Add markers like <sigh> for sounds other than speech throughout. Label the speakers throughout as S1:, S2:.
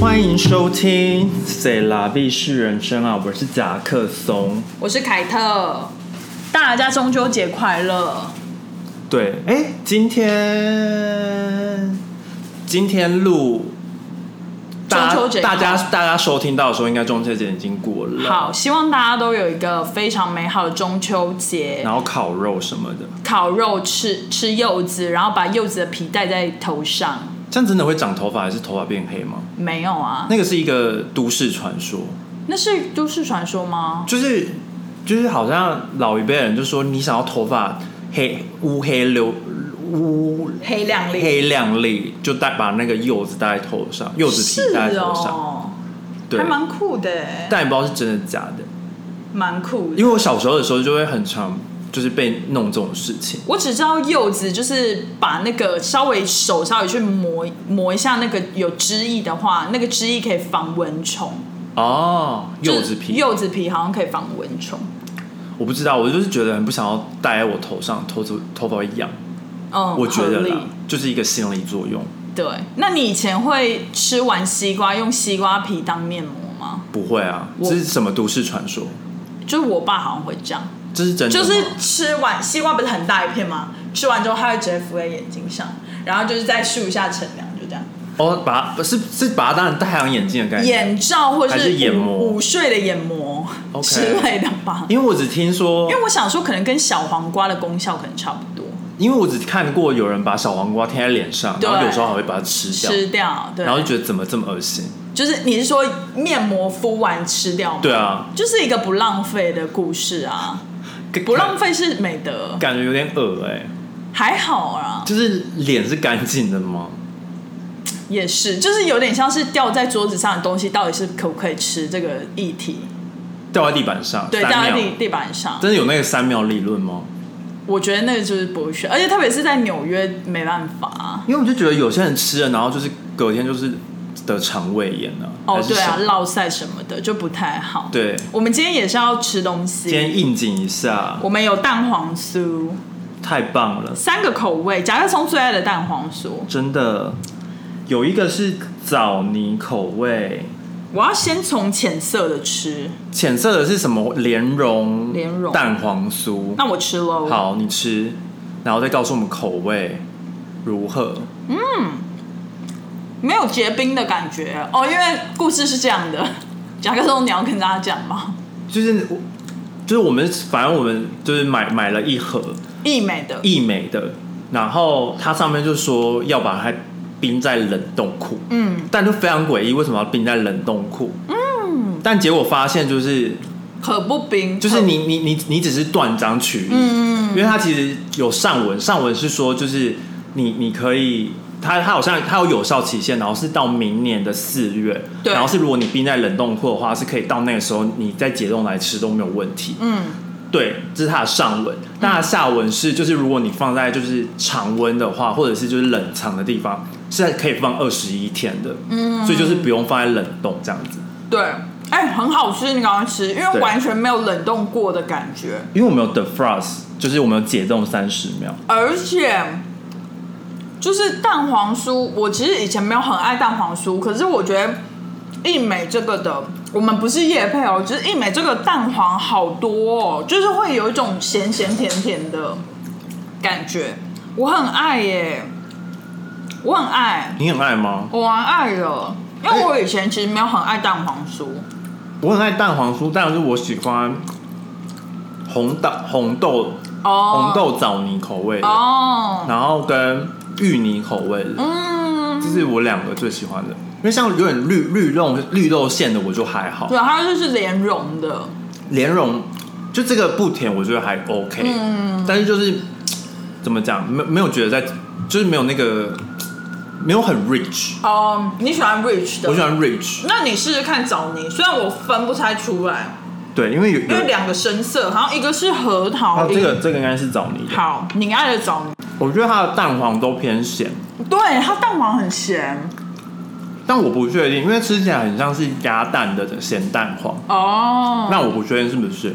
S1: 欢迎收听《塞拉必是人生》啊，我是夹克松。
S2: 我是凯特，大家中秋节快乐！
S1: 对，哎，今天今天录，大
S2: 中秋节
S1: 大家大家收听到的时候，应该中秋节已经过了。
S2: 好，，希望大家都有一个非常美好的中秋节，
S1: 然后烤肉什么的，
S2: 烤肉吃吃柚子，然后把柚子的皮戴在头上。
S1: 这样真的会长头发，还是头发变黑吗？
S2: 没有啊，
S1: 那个是一个都市传说，
S2: 那是都市传说吗？
S1: 就是就是好像老一辈人就说，你想要头发黑乌黑溜乌
S2: 黑亮
S1: 黑亮丽，就戴把那个柚子戴在头上，柚子皮
S2: 是
S1: 戴在头上，
S2: 哦，
S1: 对
S2: 还，蛮酷的耶，
S1: 但也不知道是真的假的，
S2: 蛮酷的
S1: 因。为我小时候的时候就会很常就是被弄这种事情，
S2: 我只知道柚子就是把那个稍微手稍微去磨磨一下那个有汁液的话，那个汁液可以防蚊虫。
S1: 哦，柚子
S2: 就是
S1: 皮，
S2: 柚子皮好像可以防蚊虫。
S1: 我不知道，我就是觉得很不想要戴在我头上，头头头发会痒，
S2: 嗯，
S1: 我觉
S2: 合
S1: 得
S2: 理
S1: 啦，就是一个心理作用，
S2: 对。那你以前会吃完西瓜用西瓜皮当面膜吗？
S1: 不会啊，
S2: 我
S1: 这是什么都市传说？
S2: 就是我爸好像会这样，
S1: 这是真的
S2: 就
S1: 吗？
S2: 是吃完西瓜不是很大一片吗？吃完之后他会直接敷在眼睛上，然后就是在树下乘凉，就这样。
S1: 哦，把它不是是把它当成太阳眼镜的概念，
S2: 眼罩或
S1: 哎还是眼膜
S2: 午午睡的眼膜
S1: OK
S2: 之类的吧。
S1: 因为我只听说
S2: 因为我想说，可能跟小黄瓜的功效可能差不多，
S1: 因为我只看过有人把小黄瓜贴在脸上，
S2: 对
S1: 然后有时候还会把它吃掉，
S2: 吃掉对，
S1: 然后就觉得怎么这么恶心？
S2: 就是你是说面膜敷完吃掉吗？
S1: 对啊，
S2: 就是一个不浪费的故事啊，不浪费是美德，
S1: 感觉有点恶哎、
S2: 还好啊，
S1: 就是脸是干净的吗？
S2: 也是，就是有点像是掉在桌子上的东西，到底是可不可以吃这个议题？
S1: 掉在地板上，
S2: 对，
S1: 三
S2: 掉在
S1: 秒
S2: 地地板上，
S1: 真的有那个三秒理论吗？
S2: 我觉得那个就是剥削，而且特别是在纽约，没办法啊、
S1: 因为我就觉得有些人吃了，然后就是隔天就是得肠胃炎了、
S2: 哦，
S1: 还是
S2: 对啊
S1: 什，么
S2: 落塞什么的就不太好。，
S1: 对，
S2: 我们今天也是要吃东
S1: 今天
S2: 西，
S1: 应景一下，
S2: 我们有蛋黄酥，
S1: 太棒了，
S2: 三个口味，甲壳虫最爱的蛋黄酥，
S1: 真的。有一个是枣泥口味，
S2: 我要先从浅色的吃，
S1: 浅色的是什么莲蓉
S2: 莲蓉
S1: 蛋黄酥，
S2: 那我吃喽。
S1: 好，你吃，然后再告诉我们口味如何。
S2: 没有结冰的感觉哦，因为故事是这样的， <laughs> 甲壳虫你要跟大家讲吗？
S1: 就是我，就是我们，反正我们就是买买了一盒
S2: 益美的，
S1: 益美的，然后它上面就说要把它冰在冷冻库，
S2: 嗯，
S1: 但就非常诡异，为什么要冰在冷冻库？嗯，但结果发现就是
S2: 可不冰，
S1: 就是你你你你只是断章取义，嗯，因为它其实有上文，上文是说就是你你可以。它它好像它有有效期限，然后是到明年的四月，
S2: 对
S1: 然后是如果你冰在冷冻库的话，是可以到那个时候你再解冻来吃都没有问题。
S2: 可嗯，
S1: 对，这是它的上文。那它的下文是就是如果你放在就是常温的话，或者是就是冷藏的地方，是可以放二十一天的。嗯，所以就是不用放在冷冻这样子。
S2: 对，哎、很好吃，你赶快吃，因为
S1: 对
S2: 完全没有冷冻过的感觉，
S1: 因为我们有 defrost，就是我们有解冻三十秒。
S2: 而且就是蛋黄酥，我其实以前没有很爱蛋黄酥，可是我觉得益美这个的。我们不是叶配哦，就是益美这个蛋黄好多哦，就是会有一种咸咸甜甜的感觉，我很爱耶，我很爱，
S1: 你很爱吗？
S2: 我很爱的，因为我以前其实没有很爱蛋黄酥，
S1: 我很爱蛋黄酥，但是我喜欢红豆红豆红
S2: 哦，
S1: 豆枣泥口味的，
S2: 哦，
S1: 然后跟芋泥口味的，
S2: 嗯，
S1: 这是我两个最喜欢的。因为像有点绿绿肉绿肉馅的，我就还好。
S2: 对，它就是莲蓉的，
S1: 莲蓉就这个不甜，我觉得还 OK，、但
S2: 嗯
S1: 是就是怎么讲，没没有觉得在，就是没有那个没有很 rich，
S2: 哦，你喜欢 rich 的，
S1: 我喜欢 rich，
S2: 那你试试看枣泥，虽然我分不太出来，
S1: 对，因为有
S2: 因为
S1: 有
S2: 两个深色，好像一个是核桃，
S1: 哦，这
S2: 一
S1: 个这个应该是枣泥的，
S2: 好，你爱的枣泥，
S1: 我觉得它的蛋黄都偏咸，
S2: 对，它蛋黄很咸
S1: 但我不确定，因为吃起来很像是鸭蛋的咸蛋黄，
S2: 哦，
S1: 那我不确定是不是，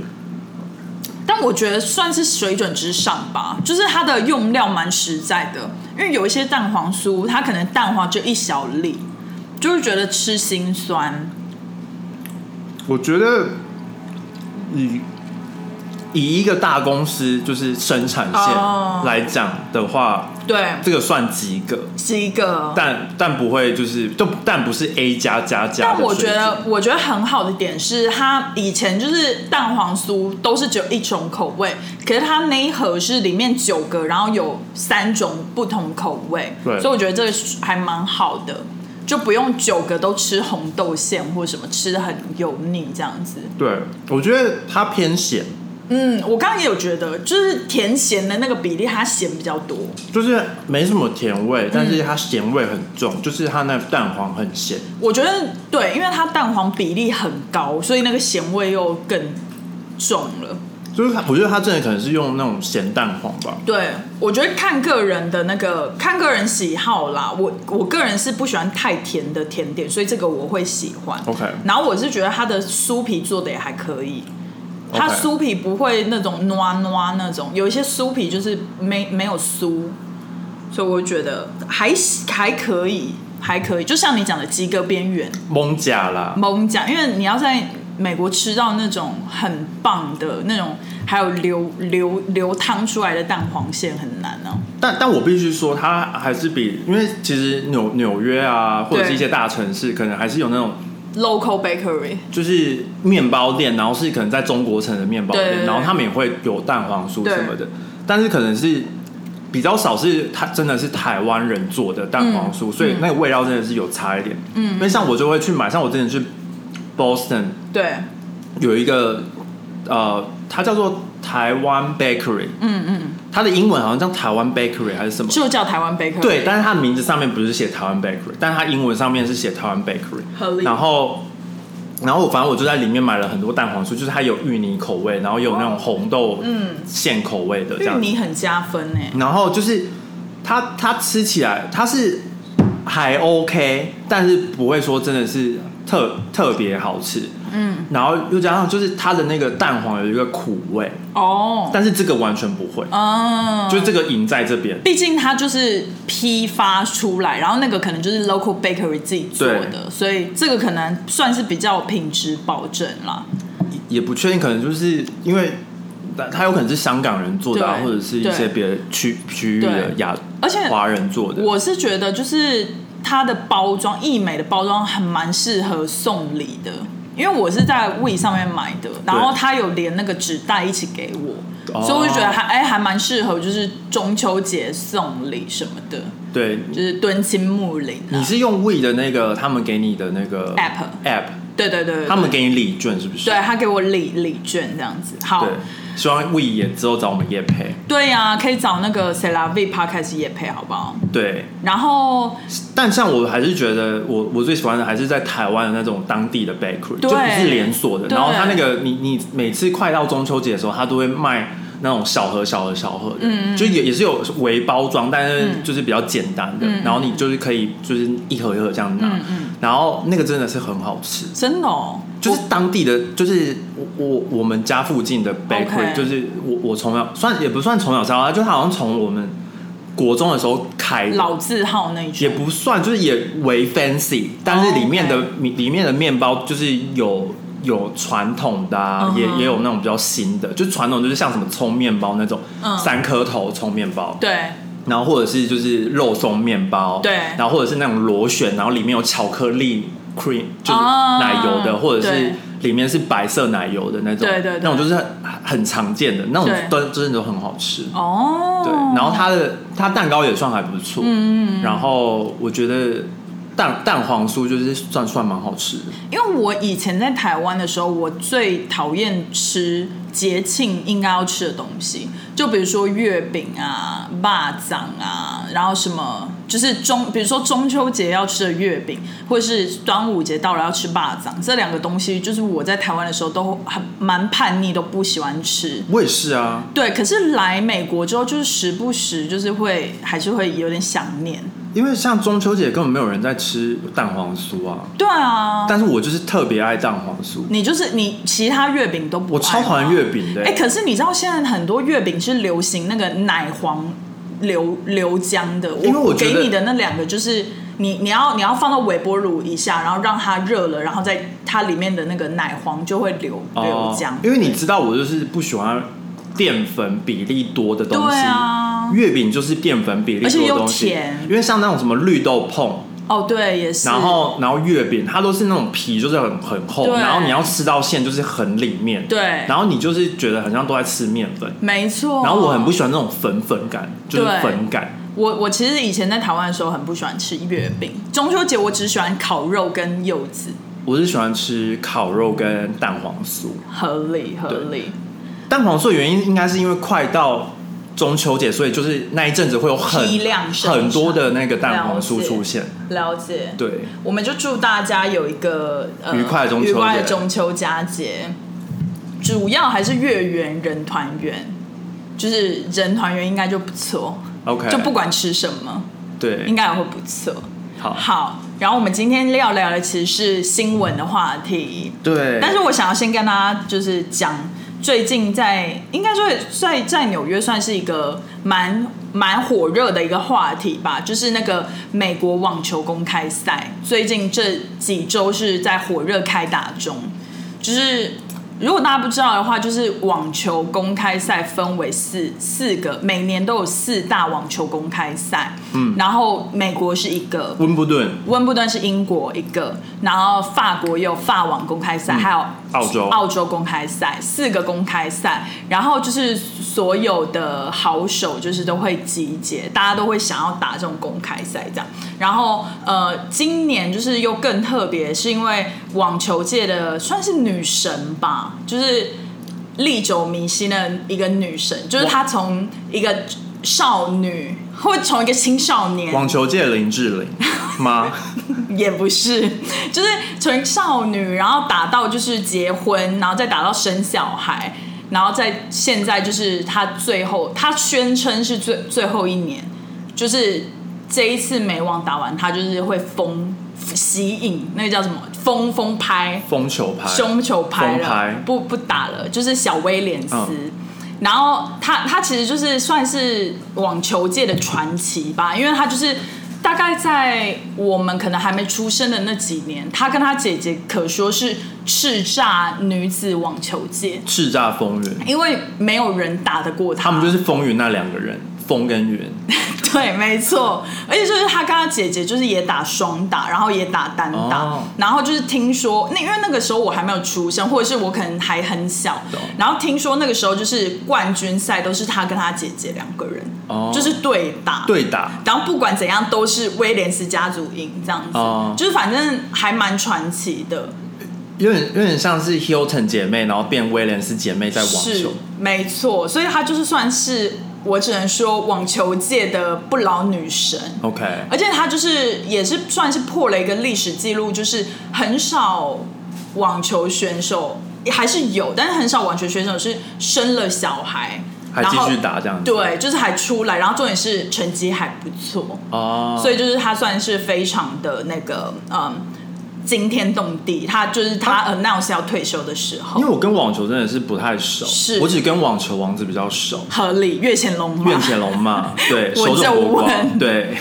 S2: 但我觉得算是水准之上吧，就是它的用料蛮实在的，因为有一些蛋黄酥，它可能蛋黄就一小粒，就是觉得吃心酸。
S1: 我觉得以以一个大公司就是生产线
S2: 哦
S1: 来讲的话，
S2: 对，
S1: 这个算及格，
S2: 是一个。
S1: 但但不会就是都但不是 A 加加加。
S2: 但我觉得，我觉得很好的点是，它以前就是蛋黄酥都是只有一种口味，可是它那一盒是里面九个，然后有三种不同口味，
S1: 对
S2: 所以我觉得这个还蛮好的，就不用九个都吃红豆馅或什么，吃的很油腻这样子。
S1: 对，我觉得它偏咸，
S2: 嗯，我刚刚也有觉得，就是甜咸的那个比例，它咸比较多。
S1: 就是没什么甜
S2: 嗯
S1: 味，但是它咸味很重，就是它那蛋黄很咸。
S2: 我觉得对，因为它蛋黄比例很高，所以那个咸味又更重了。
S1: 就是它，我觉得它真的可能是用那种咸蛋黄吧。
S2: 对，我觉得看个人的那个，看个人喜好啦。我我个人是不喜欢太甜的甜点，所以这个我会喜欢。
S1: OK
S2: 然后我是觉得它的酥皮做的也还可以，它
S1: OK
S2: 酥皮不会那种糯糯那种，有一些酥皮就是没没有酥，所以我觉得还还可以，还可以。就像你讲的及格边缘，
S1: 蒙甲啦，
S2: 蒙讲，因为你要在美国吃到那种很棒的那种，还有流流流淌出来的蛋黄馅很难哦、
S1: 但但我必须说，它还是比，因为其实纽纽约啊，或者是一些大城市，可能还是有那种
S2: Local bakery，
S1: 就是面包店，然后是可能在中国城的面包店，
S2: 对对对
S1: 然后他们也会有蛋黄酥什么的，但是可能是比较少是它真的是台湾人做的蛋黄
S2: 嗯
S1: 酥，所以那个味道真的是有差一点。嗯，因为像我就会去买，像我之前去 Boston
S2: 对，
S1: 有一个呃，它叫做台湾 Bakery，
S2: 嗯嗯，
S1: 它的英文好像叫台湾 Bakery 还是什么。
S2: 就叫台湾 <laughs> bakery，
S1: 对，但是它的名字上面不是写台湾 bakery，但它英文上面是写台湾 bakery。
S2: 合理。
S1: 然后，然后我反正我就在里面买了很多蛋黄酥，就是它有芋泥口味，然后有那种红豆
S2: 嗯，
S1: 馅口味的这
S2: 芋
S1: 样子。
S2: 泥很加分哎、
S1: 然后就是它它吃起来它是还 OK，但是不会说真的是特特别好吃。
S2: 嗯，
S1: 然后又加上就是它的那个蛋黄有一个苦味，
S2: 哦，
S1: 但是这个完全不会，
S2: 嗯，
S1: 就这个赢在这边。
S2: 毕竟它就是批发出来，然后那个可能就是 local bakery 自己做的，所以这个可能算是比较品质保证啦。
S1: 也不确定，可能就是因为他有可能是香港人做的、啊，
S2: 对
S1: 或者是一些别的区区域的亚
S2: 而且
S1: 华人做的。
S2: 我是觉得就是它的包装，易美的包装很蛮适合送礼的，因为我是在 We 上面买的，然后它有连那个纸袋一起给我，
S1: 哦
S2: 所以我就觉得还哎、还蛮适合，就是中秋节送礼什么的，
S1: 对，
S2: 就是敦亲睦邻啊、
S1: 你是用 We 的那个他们给你的那个
S2: App
S1: app，
S2: 对对对对，
S1: 他们给你礼券是不是？
S2: 对他给我礼礼券这样子，好
S1: 对，希望 We 也之后找我们叶配。
S2: 对呀、可以找那个 c e l a V Podcast 也配好不好？
S1: 对，
S2: 然后
S1: 但像我还是觉得我我最喜欢的还是在台湾的那种当地的 bakery，就不是连锁的。
S2: 对
S1: 然后它那个你你每次快到中秋节的时候，它都会卖那种小盒小盒小盒的，
S2: 嗯
S1: 就也也是有微包装，但是就是比较简单的。
S2: 嗯
S1: 然后你就是可以就是一盒一盒这样拿，然后那个真的是很好吃。
S2: 真的、哦，
S1: 就是当地的，就是我我我们家附近的 bakery，
S2: OK
S1: 就是我我从小算也不算从小吃到大，就它好像从我们国中的时候开
S2: 我
S1: 的，
S2: 老字号那一
S1: 也
S2: 种，
S1: 不算，就是也为 fancy，但是里面的、
S2: 哦 OK
S1: 米里面的面包就是有有传统的、啊
S2: 嗯哼
S1: 也也有那种比较新的，就传统就是像什么葱面包那种、
S2: 嗯
S1: 三颗头葱面包，
S2: 对。
S1: 然后或者是就是肉松面包，
S2: 对
S1: 然后或者是那种螺旋，然后里面有巧克力 cream 就是
S2: 啊
S1: 奶油的，或者
S2: 对
S1: 是里面是白色奶油的那种，
S2: 对对对
S1: 那种就是很很常见的那种
S2: 对
S1: 都真的都很好吃，
S2: 哦，
S1: 对，然后它的它蛋糕也算还不错，嗯，然后我觉得蛋蛋黄酥就是算算蛮好吃的，
S2: 因为我以前在台湾的时候，我最讨厌吃节庆应该要吃的东西，就比如说月饼啊、蚂蚱啊，然后什么就是中，比如说中秋节要吃的月饼，或是端午节到了要吃蚂蚱，这两个东西就是我在台湾的时候都很蛮叛逆，都不喜欢吃。
S1: 我也是啊，
S2: 对，可是来美国之后，就是时不时就是会还是会有点想念。
S1: 因为像中秋节根本没有人在吃蛋黄酥啊，
S2: 对啊，
S1: 但是我就是特别爱蛋黄酥，
S2: 你就是你其他月饼都不
S1: 我超
S2: 爱吗
S1: 讨厌月饼的、欸
S2: 哎、可是你知道现在很多月饼是流行那个奶黄流流浆的。
S1: 因为我
S2: 我
S1: 觉得
S2: 给你的那两个就是你你要你要放到微波炉一下，然后让它热了，然后再它里面的那个奶黄就会流流
S1: 哦
S2: 浆。
S1: 因为你知道我就是不喜欢淀粉比例多的东西
S2: 对啊，
S1: 月饼就是淀粉比例
S2: 而且
S1: 多的
S2: 又
S1: 东西
S2: 甜，
S1: 因为像那种什么绿豆碰。
S2: 哦对也是。
S1: 然后，然后月饼它都是那种皮，就是很很厚，
S2: 对
S1: 然后你要吃到馅就是很里面，
S2: 对
S1: 然后你就是觉得好像都在吃面粉，
S2: 没错。
S1: 然后我很不喜欢那种粉粉感，就是
S2: 哦对
S1: 粉感，
S2: 我我其实以前在台湾的时候很不喜欢吃月饼，中秋节我只喜欢烤肉跟柚子，
S1: 我是喜欢吃烤肉跟蛋黄酥，
S2: 合理合理。
S1: 蛋黄酥的原因应该是因为快到中秋节，所以就是那一阵子会有很
S2: 批量生产
S1: 很多的那个蛋黄酥出现，
S2: 了解，
S1: 对，
S2: 我们就祝大家有一个、呃、
S1: 愉快的中秋节
S2: 愉快的中秋佳节。主要还是月圆人团圆，就是人团圆应该就不错
S1: OK
S2: 就不管吃什么，应
S1: 对，
S2: 该也会不错。
S1: 好，
S2: 好，然后我们今天要聊的其实是新闻的话题，
S1: 对，
S2: 但是我想要先跟大家就是讲，最近在应该说在在纽约算是一个蛮蛮火热的一个话题吧，就是那个美国网球公开赛，最近这几周是在火热开打中。就是如果大家不知道的话，就是网球公开赛分为四四个，每年都有四大网球公开赛，嗯，然后美国是一个，
S1: 温布顿、
S2: 温布顿是英国一个，然后法国也有法网公开赛，还有
S1: 嗯澳洲
S2: 澳洲公开赛，四个公开赛，然后就是所有的好手就是都会集结，大家都会想要打这种公开赛这样。然后呃，今年就是又更特别，是因为网球界的算是女神吧，就是历久弥新的一个女神，就是她从一个少女，或者从一个青少年
S1: 网球界林志玲吗？
S2: <laughs> 也不是，就是从少女，然后打到就是结婚，然后再打到生小孩，然后再现在就是她最后，她宣称是最最后一年，就是这一次美网打完，她就是会封吸引，那个叫什么封封拍
S1: <laughs> 风球拍，
S2: 胸球拍
S1: 封
S2: 了，
S1: 拍
S2: 不不打了，就是小威廉斯。
S1: 嗯
S2: 然后他他其实就是算是网球界的传奇吧，因为他就是大概在我们可能还没出生的那几年，他跟他姐姐可说是叱咤女子网球界，
S1: 叱咤风云，
S2: 因为没有人打得过
S1: 他们就是风云那两个人，风跟云，
S2: <laughs> 对，没错，而且就是他跟他姐姐就是也打双打，然后也打单打，
S1: 哦
S2: 然后就是听说那因为那个时候我还没有出生，或者是我可能还很小
S1: 懂，
S2: 然后听说那个时候就是冠军赛都是他跟他姐姐两个人，
S1: 哦
S2: 就是对打，
S1: 对打， <laughs>
S2: 然后不管怎样都是威廉斯家族赢这样子，
S1: 哦
S2: 就是反正还蛮传奇的，
S1: 有点有点像是 Hilton 姐妹，然后变威廉斯姐妹在网
S2: 是
S1: 球，
S2: 没错，所以她就是算是我只能说网球界的不老女神。
S1: ，OK，
S2: 而且他就是也是算是破了一个历史记录，就是很少网球选手还是有，但是很少网球选手是生了小孩，
S1: 还
S2: 然
S1: 继
S2: 后
S1: 续打这样子，
S2: 对，就是还出来，然后重点是成绩还不错，
S1: 哦，
S2: 所以就是他算是非常的那个嗯惊天动地，他就是
S1: 啊
S2: 他 announce 要退休的时候
S1: 因为，我跟网球真的是不太熟，
S2: 是
S1: 我只跟网球王子比较熟。
S2: <laughs> 合理月前龙嘛
S1: 苑，乾隆嘛，对，
S2: 我
S1: 手
S2: 就
S1: 冢国
S2: 问
S1: 光，对，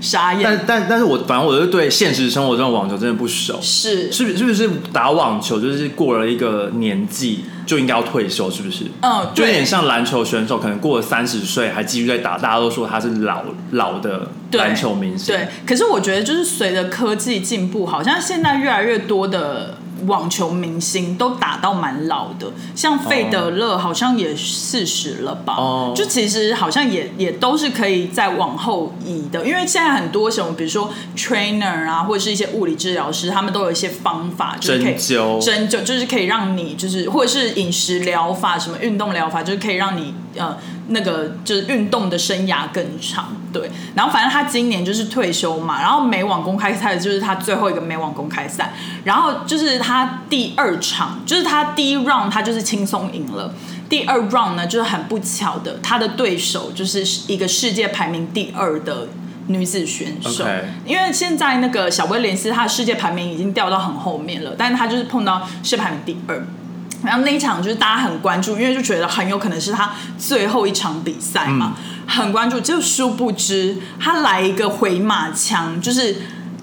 S2: 傻眼
S1: 但但但是我反正我是对现实生活中的网球真的不熟，
S2: 是
S1: 是不是不是打网球就是过了一个年纪就应该要退休，是不是？
S2: 嗯
S1: 就有点
S2: 对
S1: 像篮球选手，可能过了三十岁还继续在打，大家都说他是老老的
S2: 对
S1: 篮球明星，
S2: 对，可是我觉得就是随着科技进步，好像现在越来越多的网球明星都打到蛮老的，像费德勒好像也四十了吧？
S1: 哦
S2: 就其实好像也也都是可以再往后移的，因为现在很多什么，比如说 trainer 啊，或者是一些物理治疗师，他们都有一些方法，就是可以
S1: 针灸
S2: 针灸就是可以让你就是或者是饮食疗法什么运动疗法，就是可以让你呃那个就是运动的生涯更长。对，然后反正他今年就是退休嘛，然后美网公开赛就是他最后一个美网公开赛，然后就是他第二场，就是他第一 round 他就是轻松赢了。第二 round 呢，就是很不巧的，他的对手就是一个世界排名第二的女子选手。
S1: OK
S2: 因为现在那个小威廉斯，他的世界排名已经掉到很后面了，但是他就是碰到世界排名第二，然后那一场就是大家很关注，因为就觉得很有可能是他最后一场比赛嘛，很关注。就殊不知他来一个回马枪，就是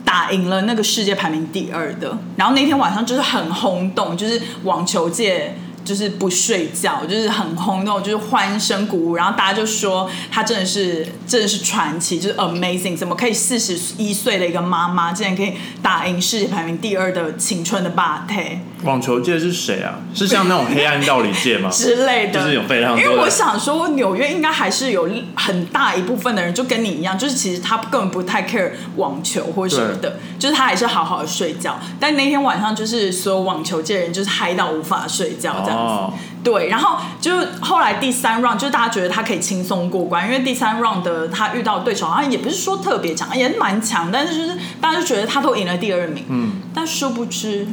S2: 打赢了那个世界排名第二的。然后那天晚上就是很轰动，就是网球界。就是不睡觉，就是很轰动，就是欢声鼓舞，然后大家就说他真的是真的是传奇，就是 amazing，怎么可以四十一岁的一个妈妈，竟然可以打赢世界排名第二的青春的霸体？
S1: 网球界是谁啊？是像那种黑暗料理界
S2: <laughs>
S1: 吗？
S2: 之类的，
S1: 就是有非常多的
S2: 因为我想说，纽约应该还是有很大一部分的人就跟你一样，就是其实他根本不太 care 网球或什么的，就是他还是好好的睡觉。但那天晚上，就是所有网球界人就是嗨到无法睡觉啊这样子。
S1: 哦，
S2: 对，然后就后来第三 round 就是大家觉得他可以轻松过关，因为第三 round 的他遇到对手好像也不是说特别强，也蛮强，但是就是大家就觉得他都赢了第二名，
S1: 嗯，
S2: 但殊不知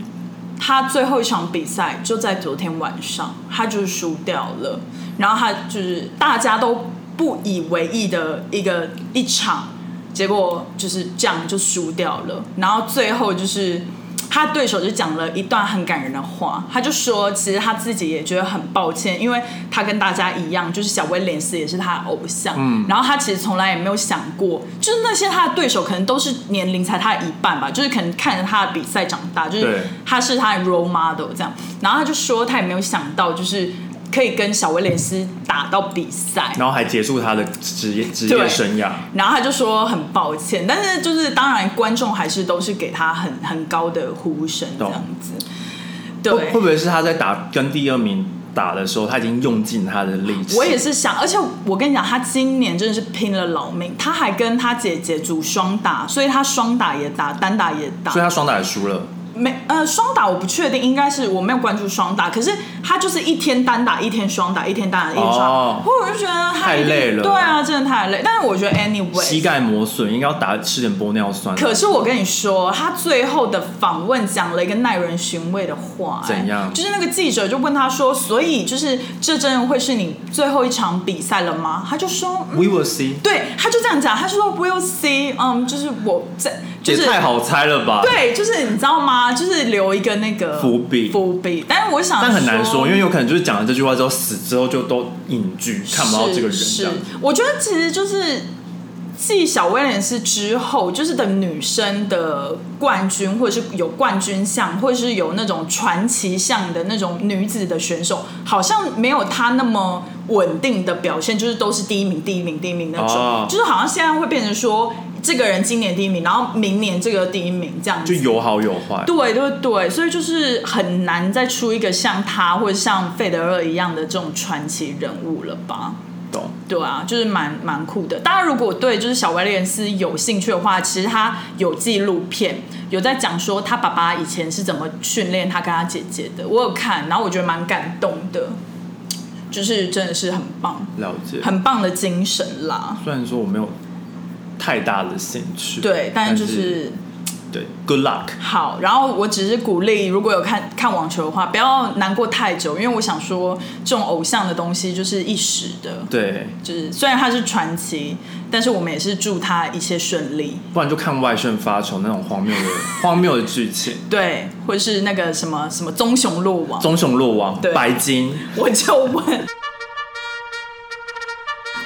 S2: 他最后一场比赛就在昨天晚上，他就是输掉了，然后他就是大家都不以为意的一个一场，结果就是这样就输掉了，然后最后就是。他对手就讲了一段很感人的话，他就说，其实他自己也觉得很抱歉，因为他跟大家一样，就是小威廉斯也是他的偶像，
S1: 嗯
S2: 然后他其实从来也没有想过，就是那些他的对手可能都是年龄才他的一半吧，就是可能看着他的比赛长大，就是
S1: 对
S2: 他是他的 role model 这样，然后他就说他也没有想到，就是可以跟小威廉斯打到比赛，
S1: 然后还结束他的职业职
S2: 对
S1: 业生涯。
S2: 然后他就说很抱歉，但是就是当然观众还是都是给他很很高的呼声这
S1: 懂
S2: 样子。
S1: 会
S2: 对
S1: 会，不会是他在打跟第二名打的时候，他已经用尽他的力气？
S2: 我也是想，而且我跟你讲，他今年真的是拼了老命，他还跟他姐姐组双打，所以他双打也打，单打也打
S1: 所以。他双打也输了。
S2: 没呃，双打我不确定，应该是我没有关注双打，可是他就是一天单打，一天双打，一天单打，一天双打，
S1: 哦
S2: 我就觉得他
S1: 太
S2: 一定
S1: 累了
S2: 对啊，真的太累。但是我觉得 anyway，
S1: 膝盖磨损，应该要打吃点玻尿酸。
S2: 可是我跟你说，他最后的访问讲了一个耐人寻味的话、哎
S1: 怎样
S2: 就是那个记者就问他说：“所以就是这真的会是你最后一场比赛了吗？”他就说：“嗯、
S1: We will see，
S2: 对，他就这样讲，他就说 We'll see，嗯，就是我这就是
S1: 也太好猜了吧？，
S2: <laughs> 对，就是你知道吗？就是留一个那个
S1: 伏笔
S2: 伏笔。但是我想，
S1: 但很难
S2: 啊
S1: 说，因为有可能就是讲了这句话之后，死之后就都隐居，看不到这个人这
S2: 是是
S1: 样。，
S2: 我觉得其实就是继小威廉斯之后，就是的女生的冠军，或者是有冠军相，或者是有那种传奇相的那种女子的选手，好像没有她那么稳定的表现，就是都是第一名、第一名、第一名那种，
S1: 哦
S2: 就是好像现在会变成说，这个人今年第一名，然后明年这个第一名这样子
S1: 就。有好有坏。
S2: 对对对，所以就是很难再出一个像他或者像费德勒一样的这种传奇人物了吧？
S1: 懂。
S2: 对啊，就是蛮蛮酷的。大家如果对就是小威廉斯有兴趣的话，其实他有纪录片有在讲说他爸爸以前是怎么训练他跟他姐姐的，我有看，然后我觉得蛮感动的，就是真的是很棒，
S1: 了解。
S2: 很棒的精神啦。
S1: 虽然说我没有太大的兴趣，
S2: 对，但
S1: 但
S2: 就是是
S1: 对，Good luck。
S2: 好，然后我只是鼓励，如果有看看网球的话，不要难过太久，因为我想说，这种偶像的东西就是一时的，
S1: 对，
S2: 就是虽然他是传奇，但是我们也是祝他一切顺利。
S1: 不然就看外旋发愁那种荒谬
S2: <laughs>
S1: 的荒谬的剧情。
S2: 对，或者是那个什么什么棕熊落网，
S1: 棕熊落网
S2: 对，
S1: 白金，
S2: 我就问。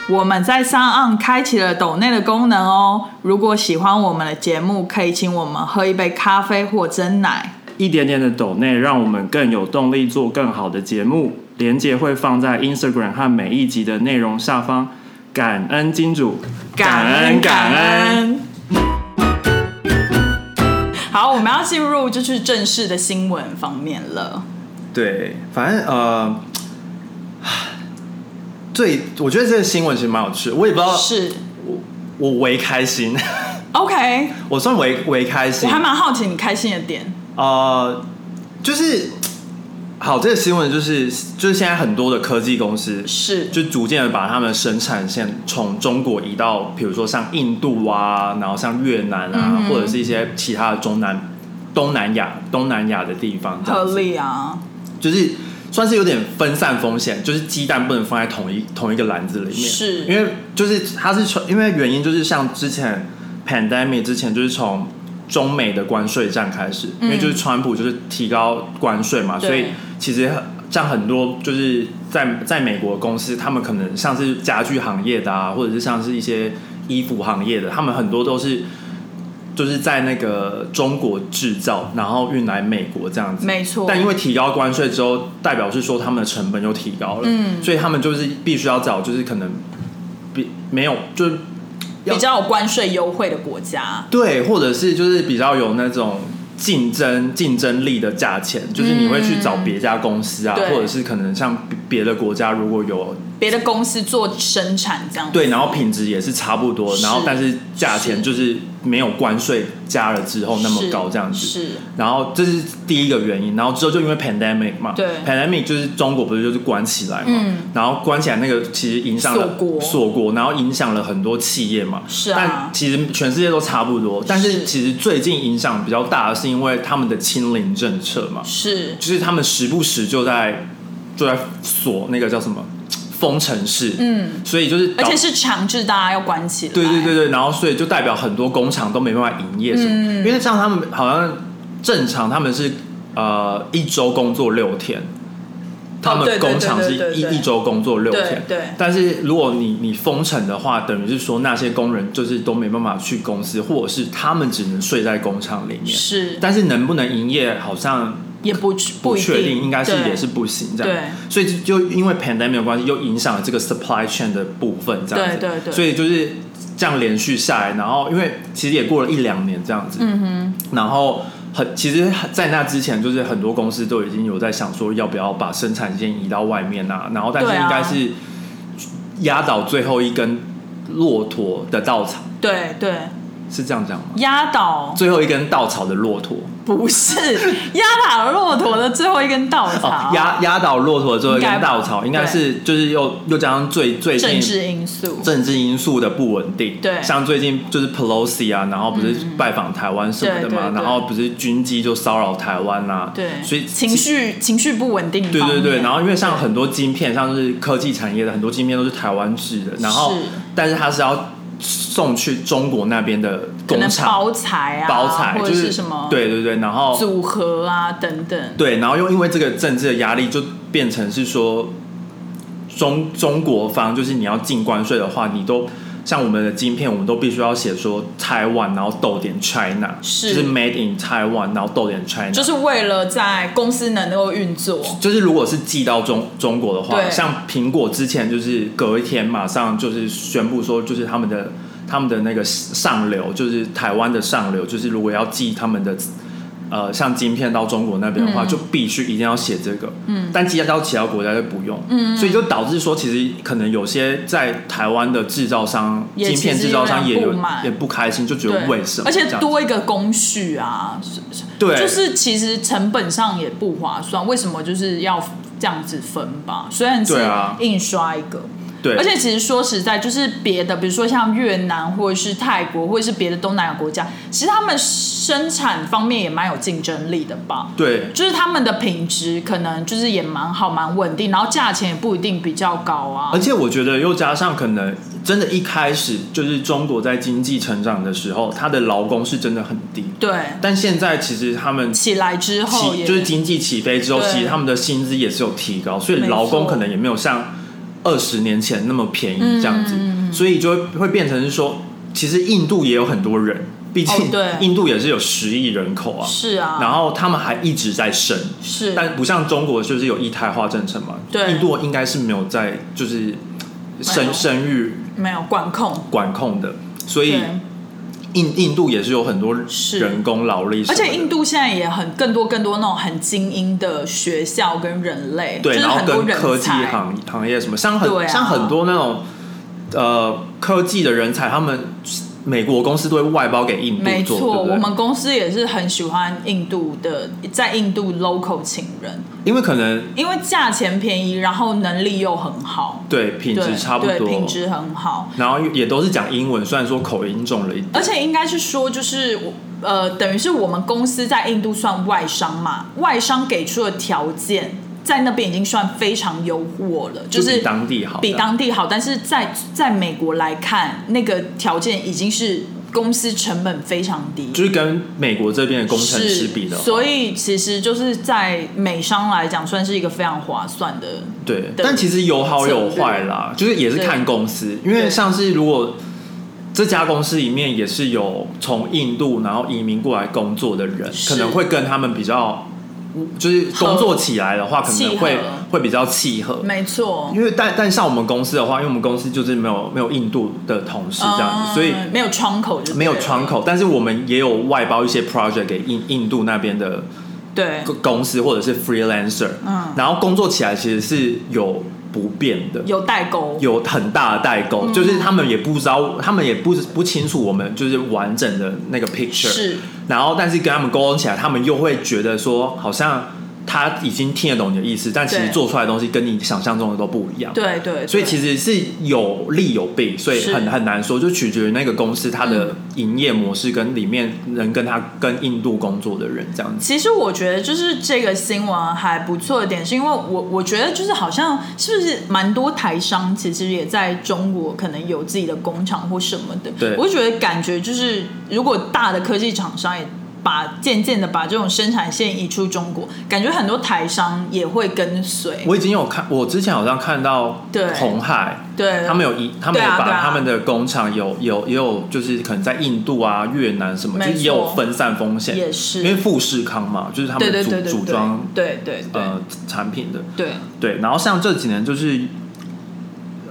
S2: 我们在上岸开启了抖内的功能哦。如果喜欢我们的节目，可以请我们喝一杯咖啡或蒸奶。
S3: 一点点的抖内，让我们更有动力做更好的节目。连接会放在 Instagram 和每一集的内容下方。感恩金主，
S2: 感恩。好，我们要进入就是正式的新闻方面了。
S1: 对，反正呃，最我觉得这个新闻其实蛮有趣的，我也不知道，
S2: 是
S1: 我为开心， <laughs>
S2: OK，
S1: 我算为为开
S2: 我
S1: 心
S2: 还，蛮好奇你开心的点。
S1: 呃，就是好，这个新闻就是就是现在很多的科技公司
S2: 是
S1: 就逐渐的把他们的生产线从中国移到，比如说像印度啊，然后像越南啊，
S2: 嗯哼
S1: 或者是一些其他的中南、东南亚、东南亚的地方，这样
S2: 合
S1: 子，
S2: 理啊，
S1: 就是算是有点分散风险，就是鸡蛋不能放在同一同一个篮子里面，
S2: 是
S1: 因为就是它是从，因为原因就是像之前 pandemic 之前就是从。中美的关税战开始，因为就是川普就是提高关税嘛，
S2: 嗯对
S1: 所以其实很像很多就是在在美国的公司，他们可能像是家具行业的啊，或者是像是一些衣服行业的，他们很多都是就是在那个中国制造，然后运来美国这样子。
S2: 没错。
S1: 但因为提高关税之后，代表是说他们的成本又提高了，嗯，所以他们就是必须要找就是可能比没有就是要
S2: 比较有关税优惠的国家，
S1: 对，或者是就是比较有那种竞争竞争力的价钱，就是你会去找别家公司啊，
S2: 嗯对
S1: 或者是可能像别别的国家如果有
S2: 别的公司做生产这样子。
S1: 对，然后品质也是差不多，
S2: 是
S1: 然后但是价钱
S2: 是
S1: 就是没有关税加了之后那么
S2: 是
S1: 高这样子。
S2: 是
S1: 然后这是第一个原因，然后之后就因为 pandemic 嘛，
S2: 对
S1: ，pandemic 就是中国不是就是关起来嘛，
S2: 嗯
S1: 然后关起来那个其实影响了
S2: 锁国
S1: 锁国，然后影响了很多企业嘛，
S2: 是啊
S1: 但其实全世界都差不多，但是
S2: 是
S1: 其实最近影响比较大的是因为他们的清零政策嘛，
S2: 是
S1: 就是他们时不时就在就在锁那个叫什么封城市，
S2: 嗯，
S1: 所以就是
S2: 而
S1: 导
S2: 且是强制大家要关起来。嗯
S1: 对对对对，然后所以就代表很多工厂都没办法营业什么，因为像他们好像正常他们是呃一周工作六天，他
S2: 哦对
S1: 们
S2: 对
S1: 工厂是
S2: 对对
S1: 一
S2: 对
S1: 一周工作六
S2: 对
S1: 天，
S2: 对
S1: 但是如果你你封城的话，等于是说那些工人就是都没办法去公司，或者是他们只能睡在工厂里面，
S2: 是
S1: 但是能不能营业好像
S2: 也不
S1: 不
S2: 一
S1: 确定，应该是
S2: 对
S1: 也是不行这样
S2: 对。
S1: 所以就因为 pandemic 的关系，又影响了这个 supply chain 的部分，这样子。
S2: 对对对
S1: 所以就是这样连续下来，然后因为其实也过了一两年这样子，嗯哼。然后很，其实，在那之前，就是很多公司都已经有在想说，要不要把生产线移到外面啊？然后，但是
S2: 对啊
S1: 应该是压倒最后一根骆驼的稻草，
S2: 对对
S1: 是这样讲吗？
S2: 压倒
S1: 最后一根稻草的骆驼，
S2: 不是 <laughs> 压倒骆驼的最后一根稻
S1: 哦
S2: 草，，
S1: 压压倒骆驼的最后一
S2: 应该
S1: 根
S2: 吧
S1: 稻草，应该
S2: 对
S1: 是就是又又加上最最近
S2: 政治因素。
S1: 政治因素的不稳定，
S2: 对嗯
S1: 像最近就是 Pelosi 啊，然后不是拜访台湾什么的嘛，
S2: 对对对
S1: 然后不是军机就骚扰台湾啦、
S2: 对，
S1: 所以
S2: 情。绪情绪不稳定。
S1: 对对对，然后因为像很多晶片，像是科技产业的很多晶片都是台湾制的，然后
S2: 是
S1: 但是它是要送去中国那边的
S2: 可
S1: 工
S2: 能
S1: 厂
S2: 包材啊，
S1: 包材，
S2: 或
S1: 就
S2: 者是什么
S1: 对对对，然后
S2: 组合啊等等。
S1: 对，然后又因为这个政治的压力，就变成是说中中国方就是你要进关税的话，你都像我们的晶片，我们都必须要写说 Taiwan，然后逗点 China，
S2: 是
S1: 就是 Made in Taiwan，然后逗点 China，
S2: 就是为了在公司能够运作，
S1: 就是如果是寄到中中国的话，
S2: 对
S1: 像苹果之前就是隔一天马上就是宣布说，就是他们的他们的那个上流，就是台湾的上流，就是如果要寄他们的呃像晶片到中国那边的
S2: 嗯
S1: 话，就必须一定要写这个。嗯，但寄到其他国家就不用。嗯，所以就导致说，其实可能有些在台湾的制造商，
S2: 也
S1: 晶片
S2: 其实
S1: 制造商也
S2: 有
S1: 有
S2: 点不满
S1: 也不开心，就觉得
S2: 对，
S1: 为什么
S2: 而
S1: 这样
S2: 且
S1: 子？
S2: 多一个工序啊，是是
S1: 对，
S2: 就是其实成本上也不划算，为什么就是要这样子分吧？虽然是
S1: 对啊
S2: 印刷一个，
S1: 对，
S2: 而且其实说实在，就是别的，比如说像越南或者是泰国，或者是别的东南亚国家，其实他们生产方面也蛮有竞争力的吧。
S1: 对
S2: 就是他们的品质可能就是也蛮好、蛮稳定，然后价钱也不一定比较高啊
S1: 而。且我觉得又加上可能真的，一开始就是中国在经济成长的时候，它的劳工是真的很低，
S2: 对，
S1: 但现在其实他们起
S2: 起来之后也
S1: 就是经济起飞之后，
S2: 对
S1: 其实他们的薪资也是有提高，所以
S2: 没错嗯
S1: 劳工可能也没有像二十年前那么便宜这样子，所以就会变成是说，其实印度也有很多人，毕
S2: 哦
S1: 竟
S2: 对
S1: 印度也是有十亿人口啊，
S2: 是啊，
S1: 然后他们还一直在生，
S2: 是
S1: 但不像中国就是有一胎化政策嘛，
S2: 对
S1: 印度应该是没有在就是生
S2: 有
S1: 生育
S2: 没有管控，
S1: 管控的，所以
S2: 对，
S1: 印印度也是有很多
S2: 是
S1: 人工劳力什
S2: 而
S1: 么的，
S2: 且印度现在也很更多更多那种很精英的学校跟人类，
S1: 对，
S2: 就是
S1: 然后
S2: 很多
S1: 跟
S2: 人
S1: 科技
S2: 才
S1: 行行业什么，像很、
S2: 对啊
S1: 像很多那种呃科技的人才，他们美国公司都会外包给印度
S2: 没
S1: 做，
S2: 错，
S1: 对不对
S2: 我们公司也是很喜欢印度的，在印度 local 请人，
S1: 因为可能
S2: 因为价钱便宜，然后能力又很好，
S1: 对品
S2: 对
S1: 质差不
S2: 对，
S1: 多
S2: 品，质很好，
S1: 然后也都是讲英文，虽然说口音重了一点，
S2: 而且应该是说就是我。呃，等于是我们公司在印度算外商嘛，外商给出的条件在那边已经算非常优渥了，就
S1: 比
S2: 是
S1: 当地好，
S2: 比当地好，但是在在美国来看，那个条件已经是公司成本非常低，
S1: 就是跟美国这边的工程师比的
S2: 是
S1: 话，
S2: 所以其实就是在美商来讲，算是一个非常划算的。
S1: 对，
S2: 的
S1: 但其实有好有坏啦，就是也是看公司，因为像是如果这家公司里面也是有从印度然后移民过来工作的人，
S2: 是
S1: 可能会跟他们比较，就是工作起来的话，可能会
S2: 契合
S1: 会比较契合。
S2: 没错，
S1: 因为但但像我们公司的话，因为我们公司就是没有没有印度的同事这样子，
S2: 嗯
S1: 所以
S2: 没有窗口就对了
S1: 没有窗。口，但是我们也有外包一些 project 给印印度那边的
S2: 对，
S1: 公司或者是 freelancer，
S2: 嗯
S1: 然后工作起来其实是有不便的，
S2: 有嗯代沟。
S1: 有很大的代沟，就是他们也不知道，他们也不不清楚我们就是完整的那个 picture，
S2: 是
S1: 然后但是跟他们沟通起来，他们又会觉得说好像他已经听得懂你的意思，但其实
S2: 对
S1: 做出来的东西跟你想象中的都不一样，
S2: 对对，
S1: 所以其
S2: 实
S1: 实是有利有弊，所以
S2: 是嗯
S1: 很很难说，就取决于那个公司它的营业模式跟里面能跟他跟印度工作的人这样子。
S2: 其实我觉得就是这个新闻还不错的点，是因为我我觉得就是好像是不是蛮多台商其实也在中国可能有自己的工厂或什么的，
S1: 对
S2: 我就觉得感觉就是如果大的科技厂商也。把渐渐的把这种生产线移出中国，感觉很多台商也会跟随。
S1: 我已经有看，我之前好像看到
S2: 对
S1: 红海，
S2: 对，
S1: 他们有一，他们有
S2: 对啊对
S1: 把
S2: 啊
S1: 他们的工厂有有也有，就是可能在印度啊、越南什么，
S2: 没
S1: 就
S2: 错
S1: 是也有分散风险，
S2: 也是
S1: 因为富士康嘛，就是他
S2: 对
S1: 们
S2: 对
S1: 组
S2: 对对
S1: 组装
S2: 对对对
S1: 呃产品的，
S2: 对
S1: 对。然后像这几年就是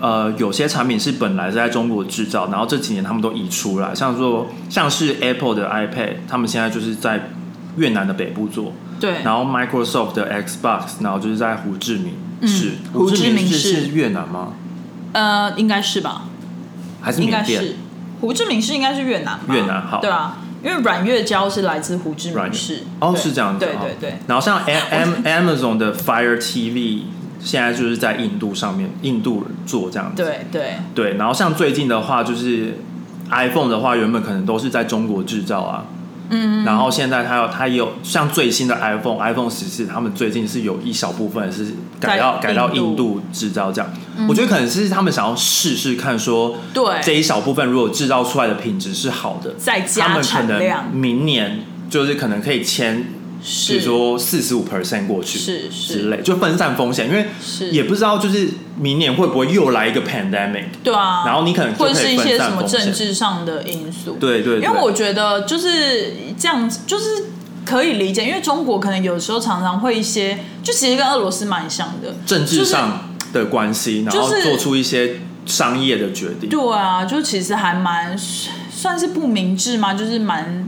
S1: 呃有些产品是本来是在中国制造，然后这几年他们都移出来，像说像是 Apple 的 iPad，他们现在就是在越南的北部做，
S2: 对，
S1: 呃然后 Microsoft 的 Xbox，然后就是在胡志明市，
S2: 嗯
S1: 胡志
S2: 胡志明
S1: 明
S2: 市
S1: 是越南吗？
S2: 呃，应该是吧？
S1: 还是
S2: 应
S1: 缅
S2: 该
S1: 甸？
S2: 是胡志明市，应该是越南吧？
S1: 越南好
S2: 对啊，因为阮月娇是来自胡志
S1: 软
S2: 明市
S1: 件。哦，
S2: 对
S1: 是这样子。
S2: 对
S1: 哦
S2: 对对，
S1: 然后
S2: <laughs>
S1: 像 A- M Amazon 的 Fire TV 现在就是在印度上面，印度人做这样子。
S2: 对对
S1: 对然后像最近的话，就是 iPhone 的话，原本可能都是在中国制造啊。嗯，然后现在它有它也有像最新的 iPhone iPhone 十四，他们最近是有一小部分是改到
S2: 在
S1: 改
S2: 印度嗯
S1: 到印度制造这样。我觉得可能是他们想要试试看说，
S2: 对
S1: 这一小部分如果制造出来的品质是好的，
S2: 再
S1: 他
S2: 加
S1: 们可
S2: 产
S1: 能
S2: 量
S1: 明年就是可能可以签，比
S2: 是
S1: 如说四十五 percent 过去，
S2: 是是
S1: 之类，就分散风险，因为
S2: 是
S1: 也不知道就是明年会不会又来一个 pandemic，
S2: 对啊，
S1: 然后你可能就
S2: 或
S1: 可以
S2: 者是一些什
S1: 分散
S2: 么
S1: 风险
S2: 政治上的因素。
S1: 对对对，
S2: 因为我觉得就是这样子，就是可以理解，因为中国可能有时候常常会一些，就其实跟俄罗斯蛮像的，
S1: 政
S2: 就
S1: 治
S2: 是
S1: 上的关系，然后
S2: 就是
S1: 做出一些商业的决定，
S2: 对啊，就其实还蛮算是不明智嘛，就是蛮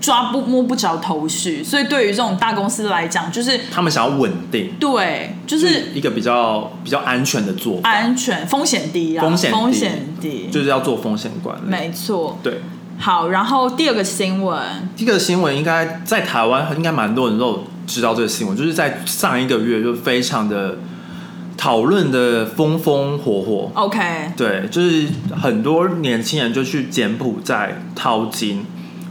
S2: 抓不摸不着头绪。所以对于这种大公司来讲，就是
S1: 他们想要稳定，
S2: 对，就
S1: 就是一个比较比较安全的做法，
S2: 安全风险低啊，
S1: 风险低
S2: 风险低，
S1: 就是要做风险管理。
S2: 没错。
S1: 对，
S2: 好，然后第二个新闻，
S1: 这个新闻应该在台湾应该蛮多人都有知道这个新闻，就是在上一个月就非常的讨论的风风火火。
S2: OK，
S1: 对，就是很多年轻人就去柬埔寨淘金，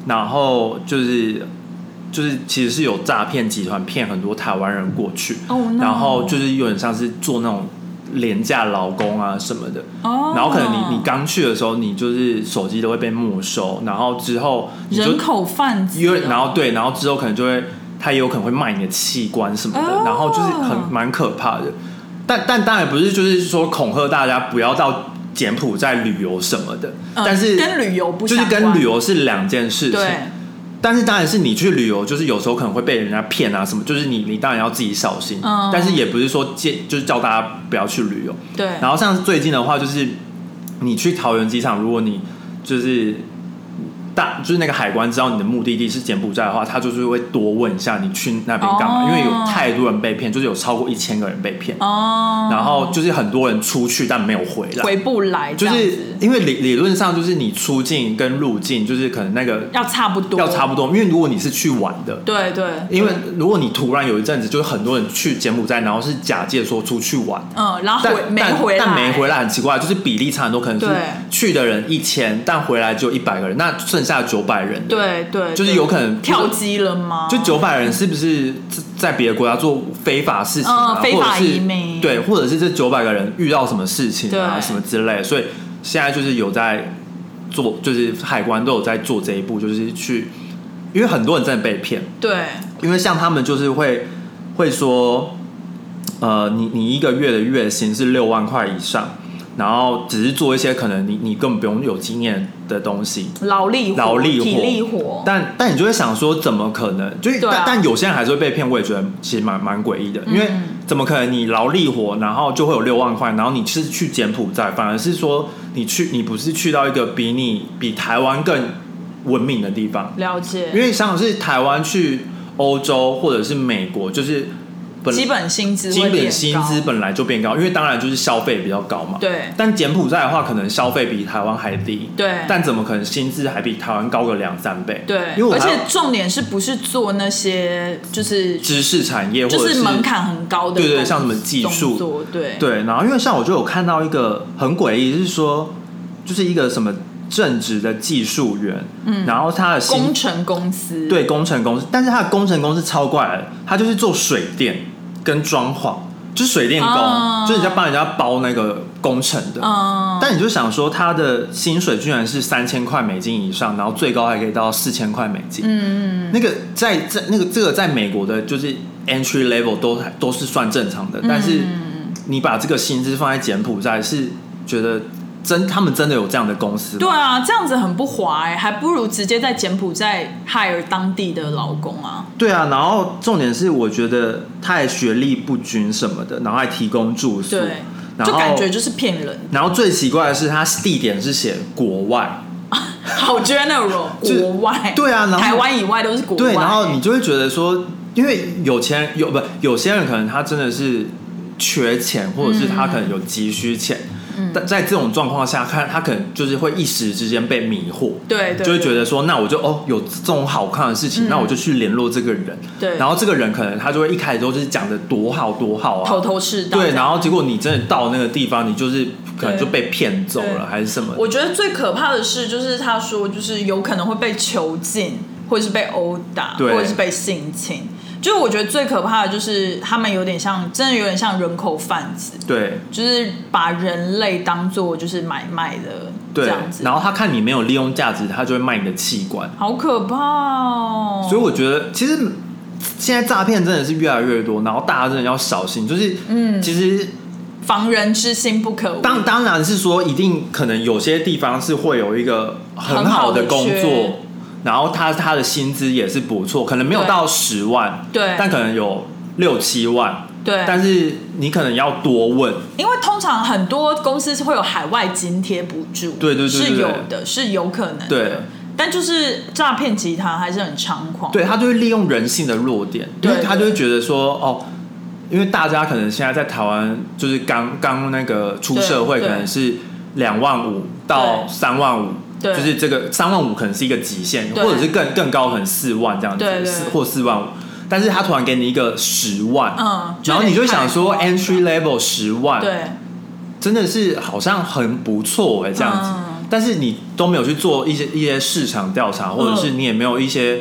S1: 然后就是就是其实是有诈骗集团骗很多台湾人过去
S2: Oh no
S1: 然后就是有点像是做那种廉价劳工啊什么的。
S2: 哦，
S1: 然后可能你你刚去的时候，你就是手机都会被没收，然后之后你就
S2: 人口贩子
S1: 因
S2: 哦，
S1: 为然后对，然后之后可能就会，他也有可能会卖你的器官什么的，
S2: 哦
S1: 然后就是很蛮可怕的。但但当然不是，就是说恐吓大家不要到柬埔寨旅游什么的，
S2: 嗯
S1: 但是
S2: 跟旅游不
S1: 就是
S2: 相
S1: 跟
S2: 关
S1: 旅游是两件事情。
S2: 对
S1: 但是当然是你去旅游，就是有时候可能会被人家骗啊什么，就是你你当然要自己小心。
S2: 嗯
S1: 但是也不是说建就是叫大家不要去旅游。
S2: 对，
S1: 然后像最近的话，就是你去桃园机场，如果你就是大就是那个海关知道你的目的地是柬埔寨的话，他就是会多问一下你去那边干嘛，
S2: 哦
S1: 因为有太多人被骗，就是有超过一千个人被骗，
S2: 哦，
S1: 然后就是很多人出去但没有回来。
S2: 回不来这
S1: 就
S2: 样子，
S1: 是因为理理论上就是你出境跟入境就是可能那个
S2: 要差不多，
S1: 要差不多，因为如果你是去玩的，
S2: 对对，
S1: 因为如果你突然有一阵子就是很多人去柬埔寨，然后是假借说出去玩，
S2: 嗯，然后
S1: 但
S2: 回没
S1: 但
S2: 回来，
S1: 但没回来很奇怪，就是比例差很多，可能是
S2: 对
S1: 去的人一千，但回来只有一百个人，那剩下九百人，，
S2: 对对，
S1: 就是
S2: 对
S1: 有可能
S2: 跳机了吗？
S1: 就九百人是不是在别的国家做非法事情啊，
S2: 嗯非法
S1: 或者是
S2: 移民
S1: 对，或者是这九百个人遇到什么事情啊，
S2: 对
S1: 什么之类，所以现在就是有在做，就是海关都有在做这一步，就是去，因为很多人真的被骗，
S2: 对，
S1: 因为像他们就是会会说，呃，你你一个月的月薪是六万块以上，然后只是做一些可能你你根本不用有经验的东西，
S2: 劳力活
S1: 劳力活
S2: 体力活，
S1: 但但你就会想说，怎么可能？就是、
S2: 对啊嗯
S1: 但但有些人还是会被骗，我也觉得其实蛮蛮诡异的，因为怎么可能你劳力活，然后就会有六万块，然后你是去柬埔寨，反而是说你去你不是去到一个比你比台湾更文明的地方，
S2: 了解，
S1: 因为想想是台湾去欧洲或者是美国，就是本
S2: 基本薪资
S1: 基
S2: 会变
S1: 本薪
S2: 高
S1: 资本来就变高，因为当然就是消费比较高嘛。。
S2: 对
S1: 但柬埔寨的话，可能消费比台湾还低。
S2: 对，
S1: 但怎么可能薪资还比台湾高个两三倍？
S2: 对，
S1: 因为我
S2: 而
S1: 还有
S2: 且重点是不是做那些就是
S1: 知识产业或
S2: 就
S1: 者
S2: 是门槛很高的
S1: 对对
S2: 工
S1: 像什么技术
S2: 工作对
S1: 对，然后因为像我就有看到一个很诡异，是说就是一个什么正职的技术员，嗯，然后他的薪
S2: 工程公司
S1: 对工程公司，但是他的工程公司超怪的，他就是做水电跟装潢，就是水电工，
S2: 啊
S1: 就是人家帮人家包那个工程的。
S2: 嗯
S1: 但你就想说，他的薪水居然是三千块美金以上，然后最高还可以到四千块美金。
S2: 嗯
S1: 那个在在那个这个在美国的，就是 entry level 都还都是算正常的，
S2: 嗯
S1: 但是你把这个薪资放在柬埔寨，是觉得真他们真的有这样的公司吗？
S2: 对啊，这样子很不划哎、还不如直接在柬埔寨 hire 当地的劳工啊。
S1: 对啊，然后重点是我觉得他还学历不均什么的，然后还提供住宿，
S2: 对，
S1: 然
S2: 就
S1: 后
S2: 感觉就是骗人
S1: 然后最奇怪的是，他地点是写国外，
S2: 好 general
S1: 就是
S2: 国外，
S1: 对啊然后
S2: 台湾以外都是国外，
S1: 对，然后你就会觉得说，因为有钱人有不有些人可能他真的是缺钱，或者是他可能有急需钱，
S2: 嗯
S1: 但在这种状况下看，他可能就是会一时之间被迷惑，
S2: 对对，
S1: 就会觉
S2: 得
S1: 得说，那我就哦有这种好看的事情，那我就去联络这个人，
S2: 对
S1: 然后这个人可能他就会一开始都是讲的多好多好啊，
S2: 头头是道。
S1: 对，然后结果你真的到那个地方，你就是可能
S2: 对
S1: 就被骗走
S2: 对
S1: 了，还是什么的？
S2: 我觉得最可怕的是，就是他说，就是有可能会被囚禁，或者是被殴打，或
S1: 对
S2: 者是被性侵。就是我觉得最可怕的就是他们有点像，真的有点像人口贩子，
S1: 对
S2: 就是把人类当做就是买卖的这
S1: 对
S2: 样，子，
S1: 然后他看你没有利用价值，他就会卖你的器官。
S2: 好可怕哦。
S1: 所以我觉得，其实现在诈骗真的是越来越多，然后大家真的要小心。就是，嗯，其实
S2: 防人之心不可无。
S1: 当当然是说，一定可能有些地方是会有一个很好的工
S2: 很好的缺
S1: 作，然后他他的薪资也是不错，可能没有
S2: 对
S1: 到十万，
S2: 对
S1: 但可能有六七万，
S2: 对，
S1: 但是你可能要多问，
S2: 因为通常很多公司是会有海外津贴补助，
S1: 对对对对
S2: 是有
S1: 对
S2: 的，是有可能的。
S1: 对。
S2: 但就是诈骗集团还是很猖狂，
S1: 对他就会利用人性的弱点，因
S2: 对
S1: 为
S2: 对
S1: 他就会觉得说，哦，因为大家可能现在在台湾就是刚刚那个出社会，
S2: 对
S1: 可
S2: 对
S1: 能是两万五到
S2: 对
S1: 三万五，
S2: 对
S1: 就是这个三万五可能是一个极限，
S2: 对
S1: 或者是更更高，可能四万这样子，
S2: 对对
S1: 四或四万五。但是他突然给你一个十万，
S2: 嗯
S1: 然后你就想说
S2: 就有点太
S1: entry level 十万，
S2: 对
S1: 真的是好像很不错哎、这样子、
S2: 嗯
S1: 但是你都没有去做一些一些市场调查，或者是你也没有一些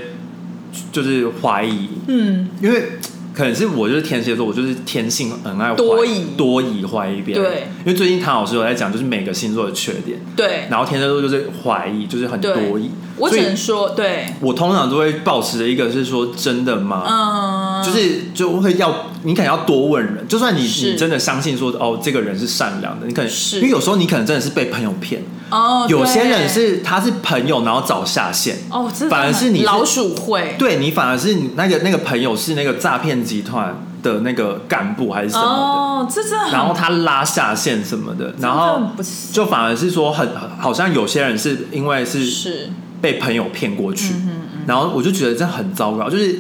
S1: 就是怀疑，
S2: 嗯，
S1: 因为可能是我就是天蝎座，我就是天性很爱怀
S2: 多疑
S1: 多疑怀疑别人。
S2: 对，
S1: 因为最近唐老师有在讲，就是每个星座的缺点，
S2: 对
S1: 然后天蝎座就是怀疑，就是很
S2: 对
S1: 多疑。
S2: 我
S1: 所
S2: 只
S1: 以
S2: 能说，对，
S1: 我通常都会保持着一个是说真的吗？
S2: 嗯，
S1: 就是就会要你可能要多问人，就算你
S2: 是
S1: 你真的相信说哦这个人是善良的，你可能
S2: 是
S1: 因为有时候你可能真的是被朋友骗，
S2: 哦，
S1: 有些
S2: 对
S1: 人是他是朋友然后找下线，
S2: 哦，真的
S1: 反而是你是
S2: 老鼠会，
S1: 对你反而是你那个那个朋友是那个诈骗集团的那个干部还是什么的，
S2: 哦，这真的很，
S1: 然后他拉下线什么的，然
S2: 真
S1: 后
S2: 的不是
S1: 就反而是说很好像有些人是因为是
S2: 是
S1: 被朋友骗过去，
S2: 嗯
S1: 然后我就觉得这很糟糕，就是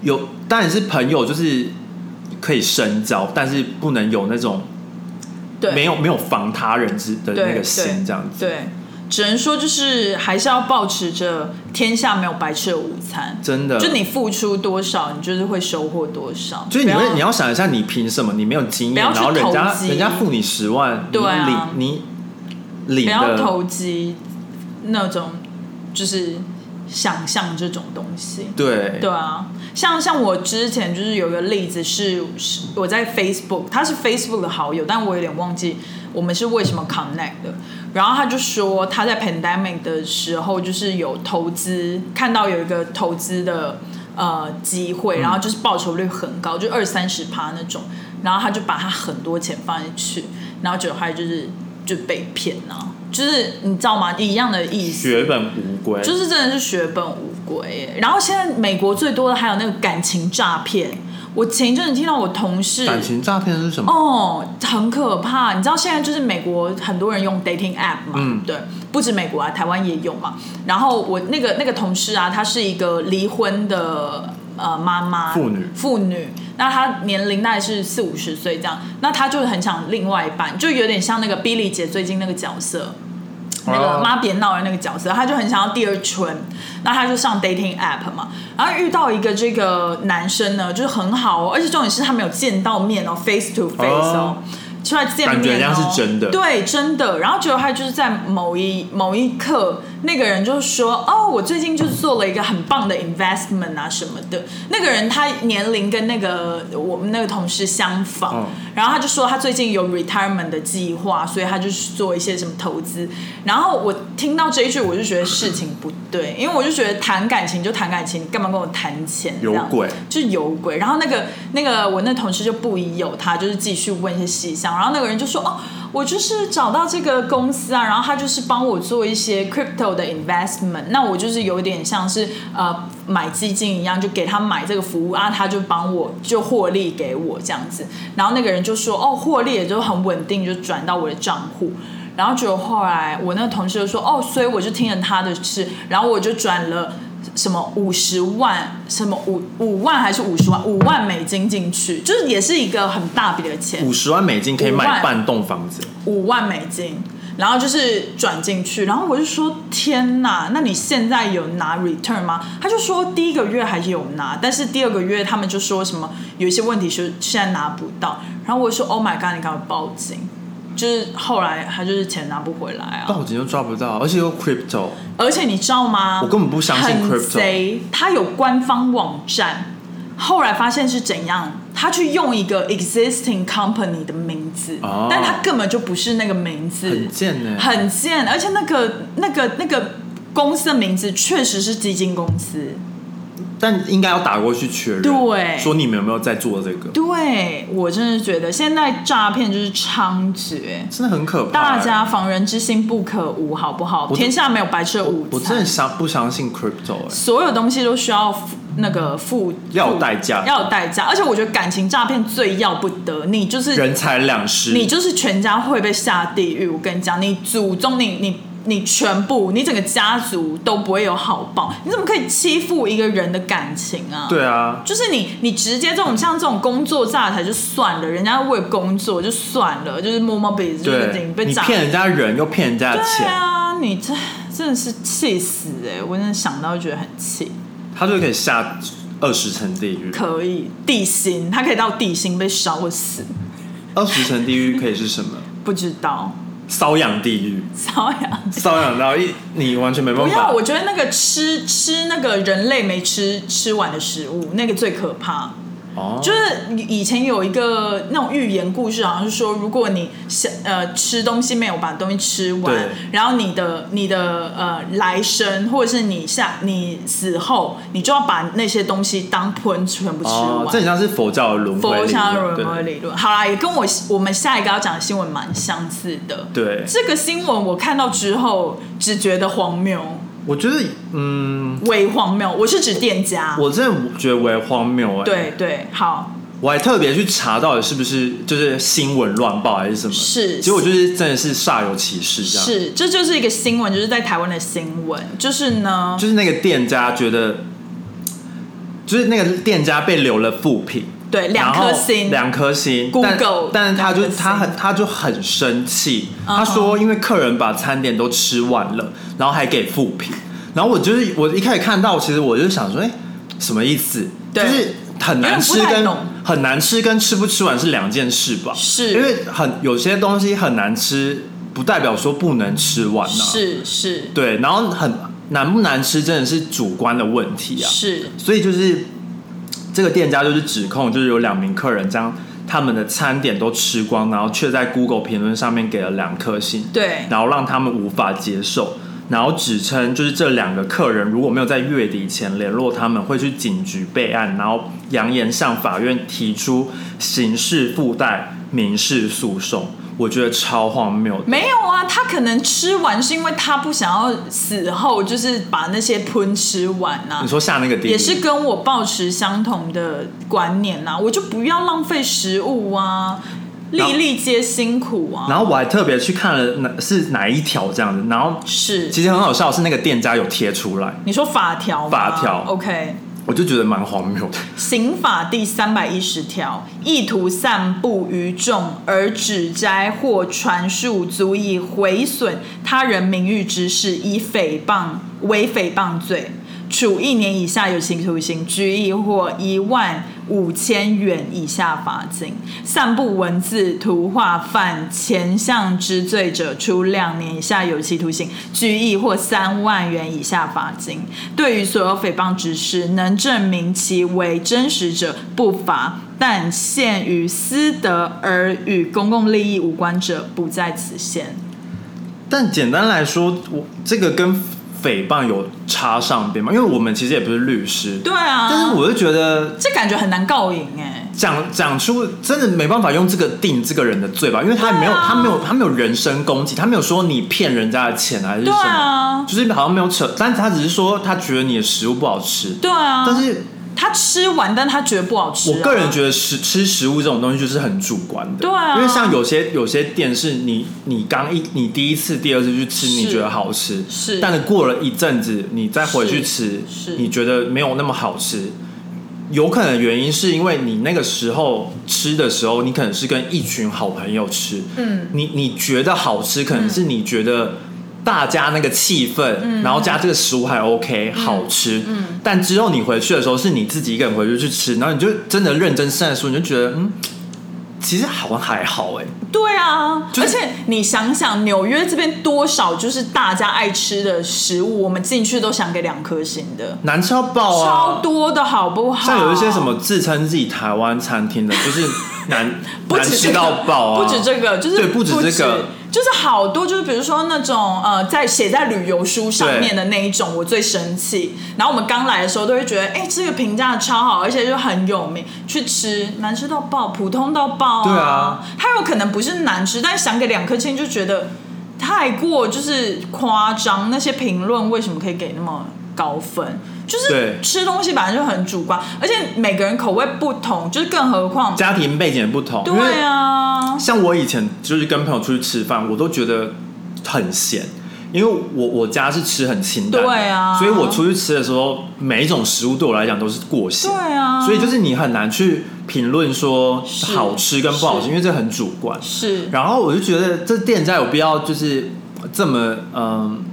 S1: 有当然是朋友就是可以深交，但是不能有那种
S2: 对，
S1: 没有没有防他人之的
S2: 对
S1: 那个心这样子，
S2: 对，只能说就是还是要保持着天下没有白吃的午餐，
S1: 真的
S2: 就你付出多少，你就是会收获多少。
S1: 就是你
S2: 不
S1: 会，你要想一下，你凭什么？你没有经
S2: 不
S1: 验，
S2: 要去
S1: 然后人家
S2: 投机
S1: 人家付你十万，
S2: 对啊
S1: 你领你领
S2: 不要
S1: 的，
S2: 投机那种，就是想象这种东西。
S1: 对
S2: 对啊，像像我之前就是有一个例子是，是我在 Facebook，他是 Facebook 的好友，但我有点忘记我们是为什么 connect 的。然后他就说他在 pandemic 的时候，就是有投资，看到有一个投资的呃机会，然后就是报酬率很高，就二三十趴那种，然后他就把他很多钱放进去，然后结果他就是就被骗了、就是你知道吗？一样的意思，
S1: 血本无归，
S2: 就是真的是血本无归耶。然后现在美国最多的还有那个感情诈骗，我前一阵子听到我同事
S1: 感情诈骗是什么？
S2: 哦，很可怕。你知道现在就是美国很多人用 dating app 嘛，
S1: 嗯
S2: 对，不止美国啊，台湾也有嘛。然后我那个那个同事啊，她是一个离婚的呃妈妈，
S1: 妇女
S2: 妇女。那她年龄大概是四五十岁这样，那她就很想另外一半，就有点像那个 Billy 姐最近那个角色，那个
S1: 哦
S2: 妈别闹的那个角色，他就很想要第二春，那他就上 dating app 嘛，然后遇到一个这个男生呢，就是很好哦，而且重点是他没有见到面哦，face to face 哦。出来见面、哦，
S1: 感觉人家是真的
S2: 对，真的。然后结果他就是在某一某一刻，那个人就说：“哦，我最近就是做了一个很棒的 investment 啊什么的。”那个人他年龄跟那个我们那个同事相仿，
S1: 嗯
S2: 然后他就说他最近有 retirement 的计划，所以他就去做一些什么投资。然后我听到这一句，我就觉得事情不对，因为我就觉得谈感情就谈感情，你干嘛跟我谈钱？
S1: 有
S2: 这样
S1: 鬼
S2: 就是有鬼。然后那个那个我那同事就不疑有他，就是继续问一些细项。然后那个人就说：“哦，我就是找到这个公司啊，然后他就是帮我做一些 crypto 的 investment。那我就是有点像是呃买基金一样，就给他买这个服务啊，他就帮我就获利给我这样子。然后那个人就说：哦，获利也就很稳定，就转到我的账户。”然后结果后来我那个同事就说：“哦，所以我就听了他的事，然后我就转了什么五十万，什么五五万还是五十万，五万美金进去，就是也是一个很大笔的钱，
S1: 五十万美金可以
S2: 五
S1: 买
S2: 万
S1: 半栋房子，
S2: 五万美金。”然后就是转进去，然后我就说天哪，那你现在有拿 return 吗？他就说第一个月还是有拿，但是第二个月他们就说什么有一些问题是现在拿不到。然后我就说 Oh my god，你赶快报警！就是后来他就是钱拿不回来啊。
S1: 报警就抓不到，而且又 crypto，
S2: 而且你知道吗？
S1: 我根本不相信 crypto
S2: 很贼，他有官方网站，后来发现是怎样？他去用一个 existing company 的名字，
S1: 哦
S2: 但他根本就不是那个名字，
S1: 很贱欸呢
S2: 很贱。而且那个那个那个公司的名字确实是基金公司。
S1: 但应该要打过去确认，
S2: 对
S1: 说你们有没有在做这个，
S2: 对我真的觉得现在诈骗就是猖獗，
S1: 真的很可怕。
S2: 大家防人之心不可无，好不好？
S1: 我
S2: 天下没有白吃的午餐。
S1: 我真的相不相信 crypto 哎、
S2: 所有东西都需要付那个付
S1: 要有代价
S2: 付要有代价。而且我觉得感情诈骗最要不得，你就是
S1: 人财两失，
S2: 你就是全家会被下地狱。我跟你讲，你祖宗你你。你全部，你整个家族都不会有好报。你怎么可以欺负一个人的感情啊？，
S1: 对啊，
S2: 就是你，你直接这种像这种工作诈财就算了，人家为了工作就算了，就是摸摸鼻子，就是
S1: 对
S2: 顶，被
S1: 你
S2: 诈
S1: 骗人家人又骗人家的
S2: 对
S1: 钱，
S2: 啊，你这真的是气死哎、我真的想到就觉得很气。
S1: 他就可以下二十层地狱。
S2: 可以地心，他可以到地心被烧死，
S1: 二十层地狱可以是什
S2: <laughs>
S1: 么？
S2: 不知道
S1: 瘙痒地狱，
S2: 瘙痒。
S1: 瘙痒到一你完全没办
S2: 不
S1: 法
S2: 要，。我觉得那个吃吃那个人类没吃吃完的食物，那个最可怕。
S1: 哦，
S2: 就是以前有一个那种寓言故事，好像是说，如果你想呃吃东西没有把东西吃完
S1: 对，
S2: 然后你的你的呃来生或者是你下你死后，你就要把那些东西当喷全部吃完。
S1: 哦，这很像是佛教的轮回
S2: 佛
S1: 理
S2: 教
S1: 论，
S2: 轮回
S1: 对
S2: 理论。好啦，也跟我我们下一个要讲的新闻蛮相似的。
S1: 对。
S2: 这个新闻我看到之后只觉得荒谬，
S1: 我觉得，嗯，
S2: 伪荒谬。我是指店家。
S1: 我真的觉得为荒谬哎。，
S2: 对对，好
S1: 我还特别去查到底是不是就是新闻乱报还是什么，
S2: 是
S1: 结果就是真的是煞有其事这样。
S2: 是，这就是一个新闻，就是在台湾的新闻，就是呢，
S1: 就是那个店家觉得，就是那个店家被留了负评，
S2: 对两颗
S1: 然后
S2: 星，
S1: 两颗星。但
S2: Google
S1: 但是他就
S2: 两颗星
S1: 他很他就很生气，
S2: 嗯哼
S1: 他说因为客人把餐点都吃完了，然后还给负评。然后我就是我一开始看到，其实我就想说，哎，什么意思？就
S2: 对
S1: 是很
S2: 有
S1: 难
S2: 点不
S1: 吃
S2: 太
S1: 跟
S2: 懂
S1: 很难吃跟吃不吃完是两件事吧？
S2: 是
S1: 因为很有些东西很难吃，不代表说不能吃完呐、
S2: 是是
S1: 对，然后很难不难吃真的是主观的问题啊。
S2: 是
S1: 所以就是这个店家就是指控，就是有两名客人将他们的餐点都吃光，然后却在 Google 评论上面给了两颗星，
S2: 对，
S1: 然后让他们无法接受，然后指称就是这两个客人如果没有在月底前联络他们，会去警局备案，然后扬言向法院提出刑事附带民事诉讼。我觉得超荒谬的，
S2: 没有啊，他可能吃完是因为他不想要死后就是把那些喷吃完呐、
S1: 你说下那个地
S2: 也是跟我抱持相同的观念啊呐、我就不要浪费食物啊，
S1: 然后
S2: 粒粒皆辛苦啊，
S1: 然后我还特别去看了哪是哪一条这样子，然后
S2: 是，
S1: 其实很好笑，是那个店家有贴出来，
S2: 你说法条吗，
S1: 法条
S2: ，OK，
S1: 我就觉得蛮荒谬的。 <laughs>
S2: 刑法第三百一十条，意图散布于众而指摘或传述足以毁损他人名誉之事，以诽谤为诽谤罪，处一年以下有期徒刑、拘役或一万五千元以下罚金。散布文字、图画犯前项之罪者，处两年以下有期徒刑、拘役或三万元以下罚金。对于所有诽谤之事，能证明其为真实者，不罚；但限于私德而与公共利益无关者，不在此限。
S1: 但简单来说，我这个跟诽谤有插上边吗？因为我们其实也不是律师，
S2: 对啊，
S1: 但是我就觉得
S2: 这感觉很难告赢哎、
S1: 讲讲出真的没办法用这个定这个人的罪吧，因为他没有、
S2: 对啊
S1: 他没有他没有人身攻击，他没有说你骗人家的钱还是什
S2: 对
S1: 么，
S2: 啊，
S1: 就是好像没有扯，但他只是说他觉得你的食物不好吃，
S2: 对啊，
S1: 但是。
S2: 他吃完，但他觉得不好吃、啊。
S1: 我个人觉得食吃食物这种东西就是很主观的，
S2: 对啊
S1: 因为像有些有些店是你你刚一你第一次第二次去吃
S2: 是
S1: 你觉得好吃，
S2: 是
S1: 但是过了一阵子你再回去吃
S2: 是是，
S1: 你觉得没有那么好吃，有可能原因是因为你那个时候吃的时候，你可能是跟一群好朋友吃，
S2: 嗯，
S1: 你你觉得好吃，可能是你觉得大家那个气氛，
S2: 嗯
S1: 然后加这个食物还 OK、好吃，嗯，但之后你回去的时候是你自己一个人回去去吃，然后你就真的认真算数，你就觉得嗯，其实好像还好哎、
S2: 对啊，
S1: 就是
S2: 而且你想想，纽约这边多少就是大家爱吃的食物，我们进去都想给两颗星的，
S1: 难吃到爆
S2: 超
S1: 啊！
S2: 多的好不好？
S1: 像有一些什么自称自己台湾餐厅的，就是难
S2: <laughs> 不
S1: 难
S2: 止
S1: 吃
S2: 这个
S1: 到爆啊！
S2: 不止这个，就是
S1: 对不止这个
S2: 就是好多，就是比如说那种呃，在写在旅游书上面的那一种，我最生气。然后我们刚来的时候都会觉得，哎、这个评价超好，而且就很有名，去吃难吃到爆，普通到爆、啊。
S1: 对啊，
S2: 它有可能不是难吃，但想给两颗星就觉得太过就是夸张。那些评论为什么可以给那么高分？就是
S1: 对
S2: 吃东西本来就很主观，而且每个人口味不同，就是更何况
S1: 家庭背景也不同，因为
S2: 对啊，
S1: 像我以前就是跟朋友出去吃饭，我都觉得很咸，因为我我家是吃很清淡的，
S2: 对啊
S1: 所以我出去吃的时候，每一种食物对我来讲都是过咸，
S2: 对啊，
S1: 所以就是你很难去评论说
S2: 是
S1: 好吃跟不好吃，
S2: 是
S1: 因为这很主观。
S2: 是
S1: 然后我就觉得这店家有必要就是这么嗯。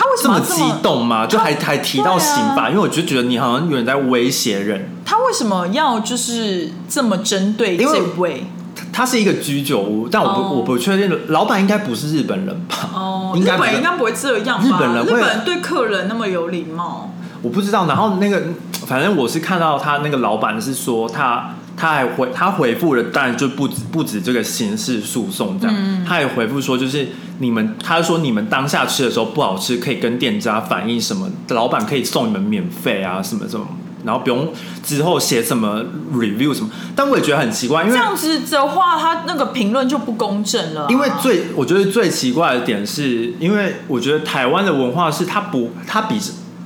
S2: 他为什
S1: 这
S2: 么
S1: 么
S2: 要
S1: 激动吗？就还还提到刑
S2: 对
S1: 罚，
S2: 啊
S1: 因为我就觉得你好像有点在威胁人。
S2: 他为什么要就是这么针对
S1: 因为
S2: 这位？
S1: 它它是一个居酒屋，但我不、
S2: 哦
S1: 我不确定，老板应该不是日本人吧？
S2: 哦，
S1: 应
S2: 日
S1: 该不
S2: 本
S1: 是
S2: 应该不会这样吧？
S1: 日本人会
S2: 日本人对客人那么有礼貌，
S1: 我不知道。然后那个，反正我是看到他那个老板是说他。他还回他回复了，当然就不止不止这个刑事诉讼这样，
S2: 嗯
S1: 他还回复说就是你们，他说你们当下吃的时候不好吃，可以跟店家反映什么，老板可以送你们免费啊什么什么，然后不用之后写什么 review 什么，但我也觉得很奇怪，因
S2: 这
S1: 为
S2: 样子的话，他那个评论就不公正了啊、
S1: 因为最我觉得最奇怪的点是，因为我觉得台湾的文化是他不他比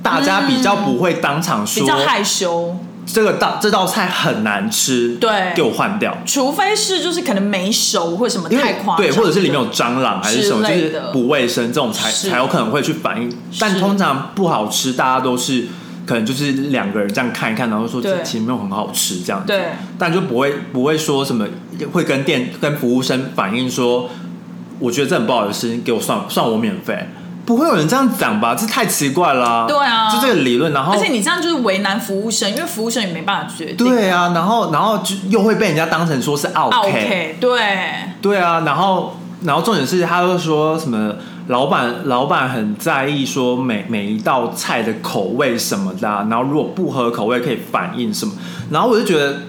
S1: 大家比较不会当场说、
S2: 比较害羞，
S1: 这个道这道菜很难吃，
S2: 对
S1: 给我换掉，
S2: 除非是就是可能没熟或什么
S1: 因
S2: 太
S1: 为
S2: 夸张，
S1: 对，或者是里面有蟑螂还是什么，
S2: 之
S1: 就
S2: 类的
S1: 是不卫生这种才
S2: 是
S1: 才有可能会去反应，但
S2: 是
S1: 通常不好吃，大家都是可能就是两个人这样看一看，然后说
S2: 对
S1: 这其实没有很好吃这样子，
S2: 对
S1: 但就不会不会说什么会跟店跟服务生反映说，我觉得这很不好意思，你给我算算我免费。不会有人这样讲吧？这太奇怪了、
S2: 对啊
S1: 就这个理论，然后
S2: 而且你这样就是为难服务生，因为服务生也没办法决定。
S1: 对啊，然后然后就又会被人家当成说是
S2: 啊，OK，对，
S1: 对啊，然后然后重点是，他又说什么老板老板很在意说每每一道菜的口味什么的啊、然后如果不合口味可以反映什么，然后我就觉得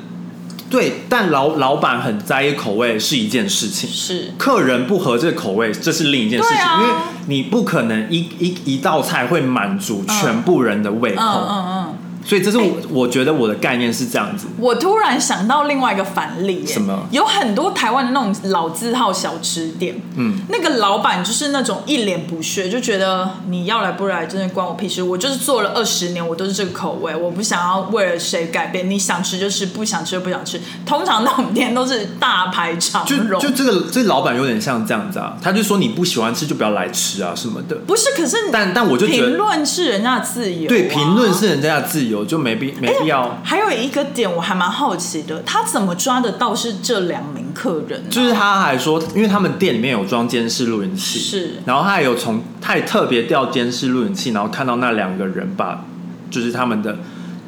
S1: 对，但老老板很在意口味是一件事情，
S2: 是
S1: 客人不合这个口味这是另一件事情，
S2: 对啊
S1: 因为你不可能一一一道菜会满足全部人的胃口，
S2: 嗯嗯嗯。
S1: 所以这是我、我觉得我的概念是这样子。
S2: 我突然想到另外一个反例、耶
S1: 什么
S2: 有很多台湾的那种老字号小吃店，
S1: 嗯，
S2: 那个老板就是那种一脸不屑，就觉得你要来不来真的关我屁事，我就是做了二十年，我都是这个口味，我不想要为了谁改变，你想吃就吃，不想吃就不想吃。通常那种店都是大排长
S1: 就
S2: 龙，
S1: 就这个这老板有点像这样子啊，他就说你不喜欢吃就不要来吃啊什么的。
S2: 不是，可是
S1: 但但我就觉得
S2: 评论啊是人家的自由、
S1: 对，评论。是人家的自由，就没必没必要。
S2: 还有一个点我还蛮好奇的，他怎么抓得到是这两名客人啊、
S1: 就是他还说，因为他们店里面有装监视录影器，
S2: 是
S1: 然后他也有从，他也特别调监视录影器，然后看到那两个人把就是他们的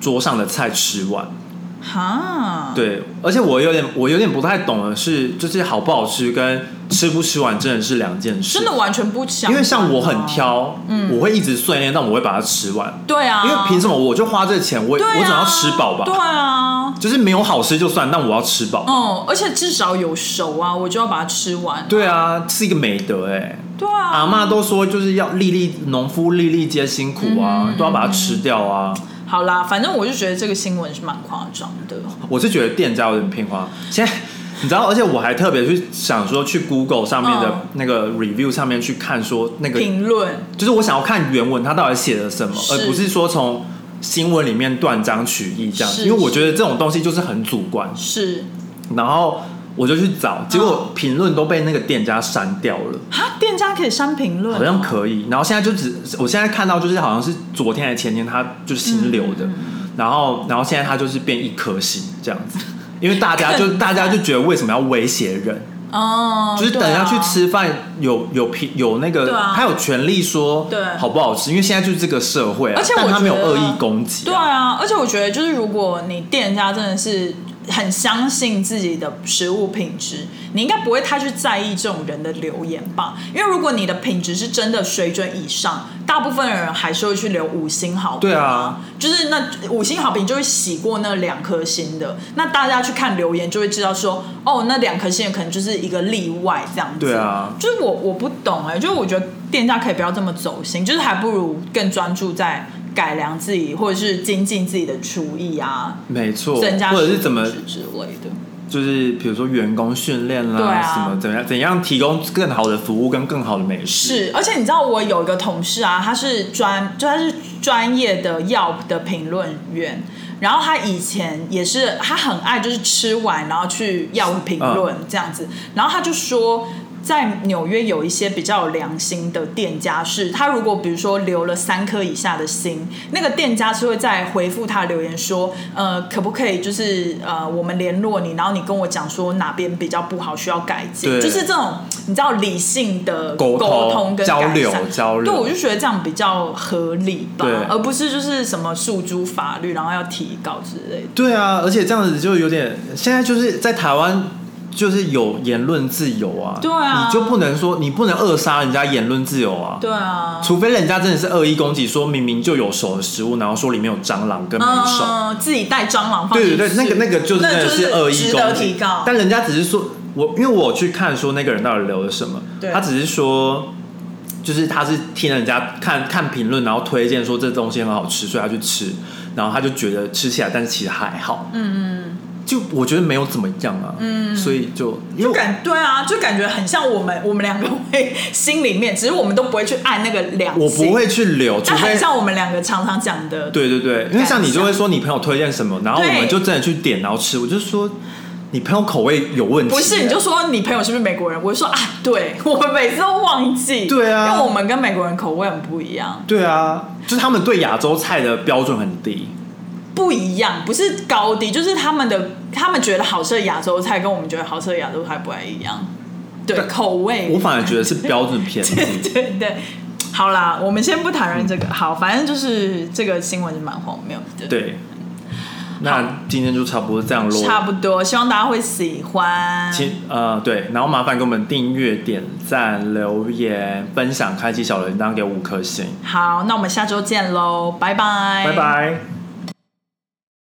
S1: 桌上的菜吃完。
S2: 哈，
S1: 对，而且我有点我有点不太懂的是，就是好不好吃跟吃不吃完真的是两件事。
S2: 真的完全不想、啊嗯
S1: 因为像我很，挑，我会一直碎念，但我会把它吃完。
S2: 对啊，
S1: 因为凭什么我就花这钱，我、
S2: 对啊、
S1: 我总要吃饱吧？
S2: 对啊，
S1: 就是没有好吃就算，但我要吃饱。
S2: 嗯，而且至少有熟啊，我就要把它吃完。
S1: 对啊，是一个美德哎、
S2: 对啊，
S1: 阿嬷都说就是要粒粒农夫粒粒皆辛苦
S2: 嗯
S1: 啊，都要把它吃掉啊。
S2: 好啦，反正我就觉得这个新闻是蛮夸张的。
S1: 我是觉得店家有点偏花。现在你知道，而且我还特别去想说，去 Google 上面的
S2: 嗯
S1: 那个 review 上面去看说那个，
S2: 评论
S1: 就是我想要看原文它到底写了什么，
S2: 是
S1: 而不是说从新闻里面断章取义这样子。
S2: 是
S1: 因为我觉得这种东西就是很主观。
S2: 是
S1: 然后我就去找，结果
S2: 嗯
S1: 评论都被那个店家删掉了。
S2: 啊，店家可以删评论哦，
S1: 好像可以。然后现在就只，我现在看到就是好像是昨天还是前天，他就是新留
S2: 嗯
S1: 的，然后然后现在他就是变一颗星这样子，因为大
S2: <laughs>
S1: 家就大家就觉得为什么要威胁人？
S2: 哦，
S1: 就是等
S2: 对
S1: 下
S2: 啊
S1: 去，吃饭有有评有那个
S2: 对，啊
S1: 他有权利说
S2: 对
S1: 好不好吃，因为现在就是这个社会啊，
S2: 而且我
S1: 但他没有
S2: 觉得
S1: 恶意攻击
S2: 对
S1: 啊。
S2: 啊，而且我觉得就是如果你店家真的是。很相信自己的食物品质，你应该不会太去在意这种人的留言吧？因为如果你的品质是真的水准以上，大部分人还是会去留五星好评。
S1: 对啊，
S2: 就是那五星好评就会洗过那两颗星的，那大家去看留言就会知道说，哦，那两颗星可能就是一个例外这样子。
S1: 对啊
S2: 就是我我不懂哎、就是我觉得店家可以不要这么走心，就是还不如更专注在改良自己或者是精进自己的厨艺啊，
S1: 没错，
S2: 增加
S1: 哦或者是怎么
S2: 食指之类的。
S1: 就是比如说员工训练啦，
S2: 对啊
S1: 什么怎么样怎样提供更好的服务跟更好的美食，
S2: 是，而且你知道我有一个同事啊，他是专就他是专业的 Yelp 的评论员，然后他以前也是他很爱就是吃完然后去 Yelp 评论这样子，然后他就说。在纽约有一些比较有良心的店家是，他如果比如说留了三颗以下的星，那个店家是会在回复他留言说，呃，可不可以就是呃，我们联络你，然后你跟我讲说哪边比较不好，需要改进，
S1: 对
S2: 就是这种你知道理性的
S1: 沟通
S2: 沟通跟
S1: 交
S2: 改善
S1: 流交流
S2: 对，我就觉得这样比较合理吧
S1: 对，
S2: 而不是就是什么诉诸法律，然后要提高之类的。
S1: 对啊，而且这样子就有点，现在就是在台湾就是有言论自由啊，
S2: 对啊
S1: 你就不能说你不能扼杀人家言论自由啊，
S2: 对啊，
S1: 除非人家真的是恶意攻击，说明明就有手的食物，然后说里面有蟑螂跟没手。
S2: 嗯，自己带蟑螂放
S1: 对
S2: 进去，
S1: 对对，那个那个就真
S2: 那
S1: 的
S2: 就是
S1: 恶意
S2: 值
S1: 攻
S2: 得
S1: 击，
S2: 提高。
S1: 但人家只是说，我因为我去看说那个人到底留了什么
S2: 对，
S1: 他只是说，就是他是听人家看看评论，然后推荐说这东西很好吃，所以他去吃，然后他就觉得吃起来，但是其实还好，嗯嗯，就我觉得没有怎么样啊，嗯，所以就因为
S2: 就
S1: 我
S2: 感对啊，就感觉很像我们我们两个会心里面，只是我们都不会去按那个两，
S1: 我不，会去留，除
S2: 但
S1: 非
S2: 很像我们两个常常讲的，
S1: 对对对，因为像你就会说你朋友推荐什么，然后我们
S2: 对
S1: 就真的去点然后吃，我就说你朋友口味有问题，
S2: 不是，你就说你朋友是不是美国人？我就说啊，对，我们每次都忘记。
S1: 对啊
S2: 因为我们跟美国人口味很不一样，
S1: 对啊，就是他们对亚洲菜的标准很低。
S2: 不一样，不是高低，就是他们的他们觉得好吃的亚洲菜跟我们觉得好吃的亚洲菜不太一样，对
S1: 但
S2: 口味。
S1: 我反而觉得是标准偏
S2: 对
S1: 低。
S2: <laughs> 对对，好啦，我们先不谈论这个，好，反正就是这个新闻是蛮荒谬的。。
S1: 对，那今天就差不多这样
S2: 差
S1: 咯。
S2: 不多，希望大家会喜欢。
S1: 请呃对，然后麻烦给我们订阅、点赞、留言、分享、开启小铃铛，给五颗星，
S2: 好，那我们下周见喽，拜拜，
S1: 拜拜。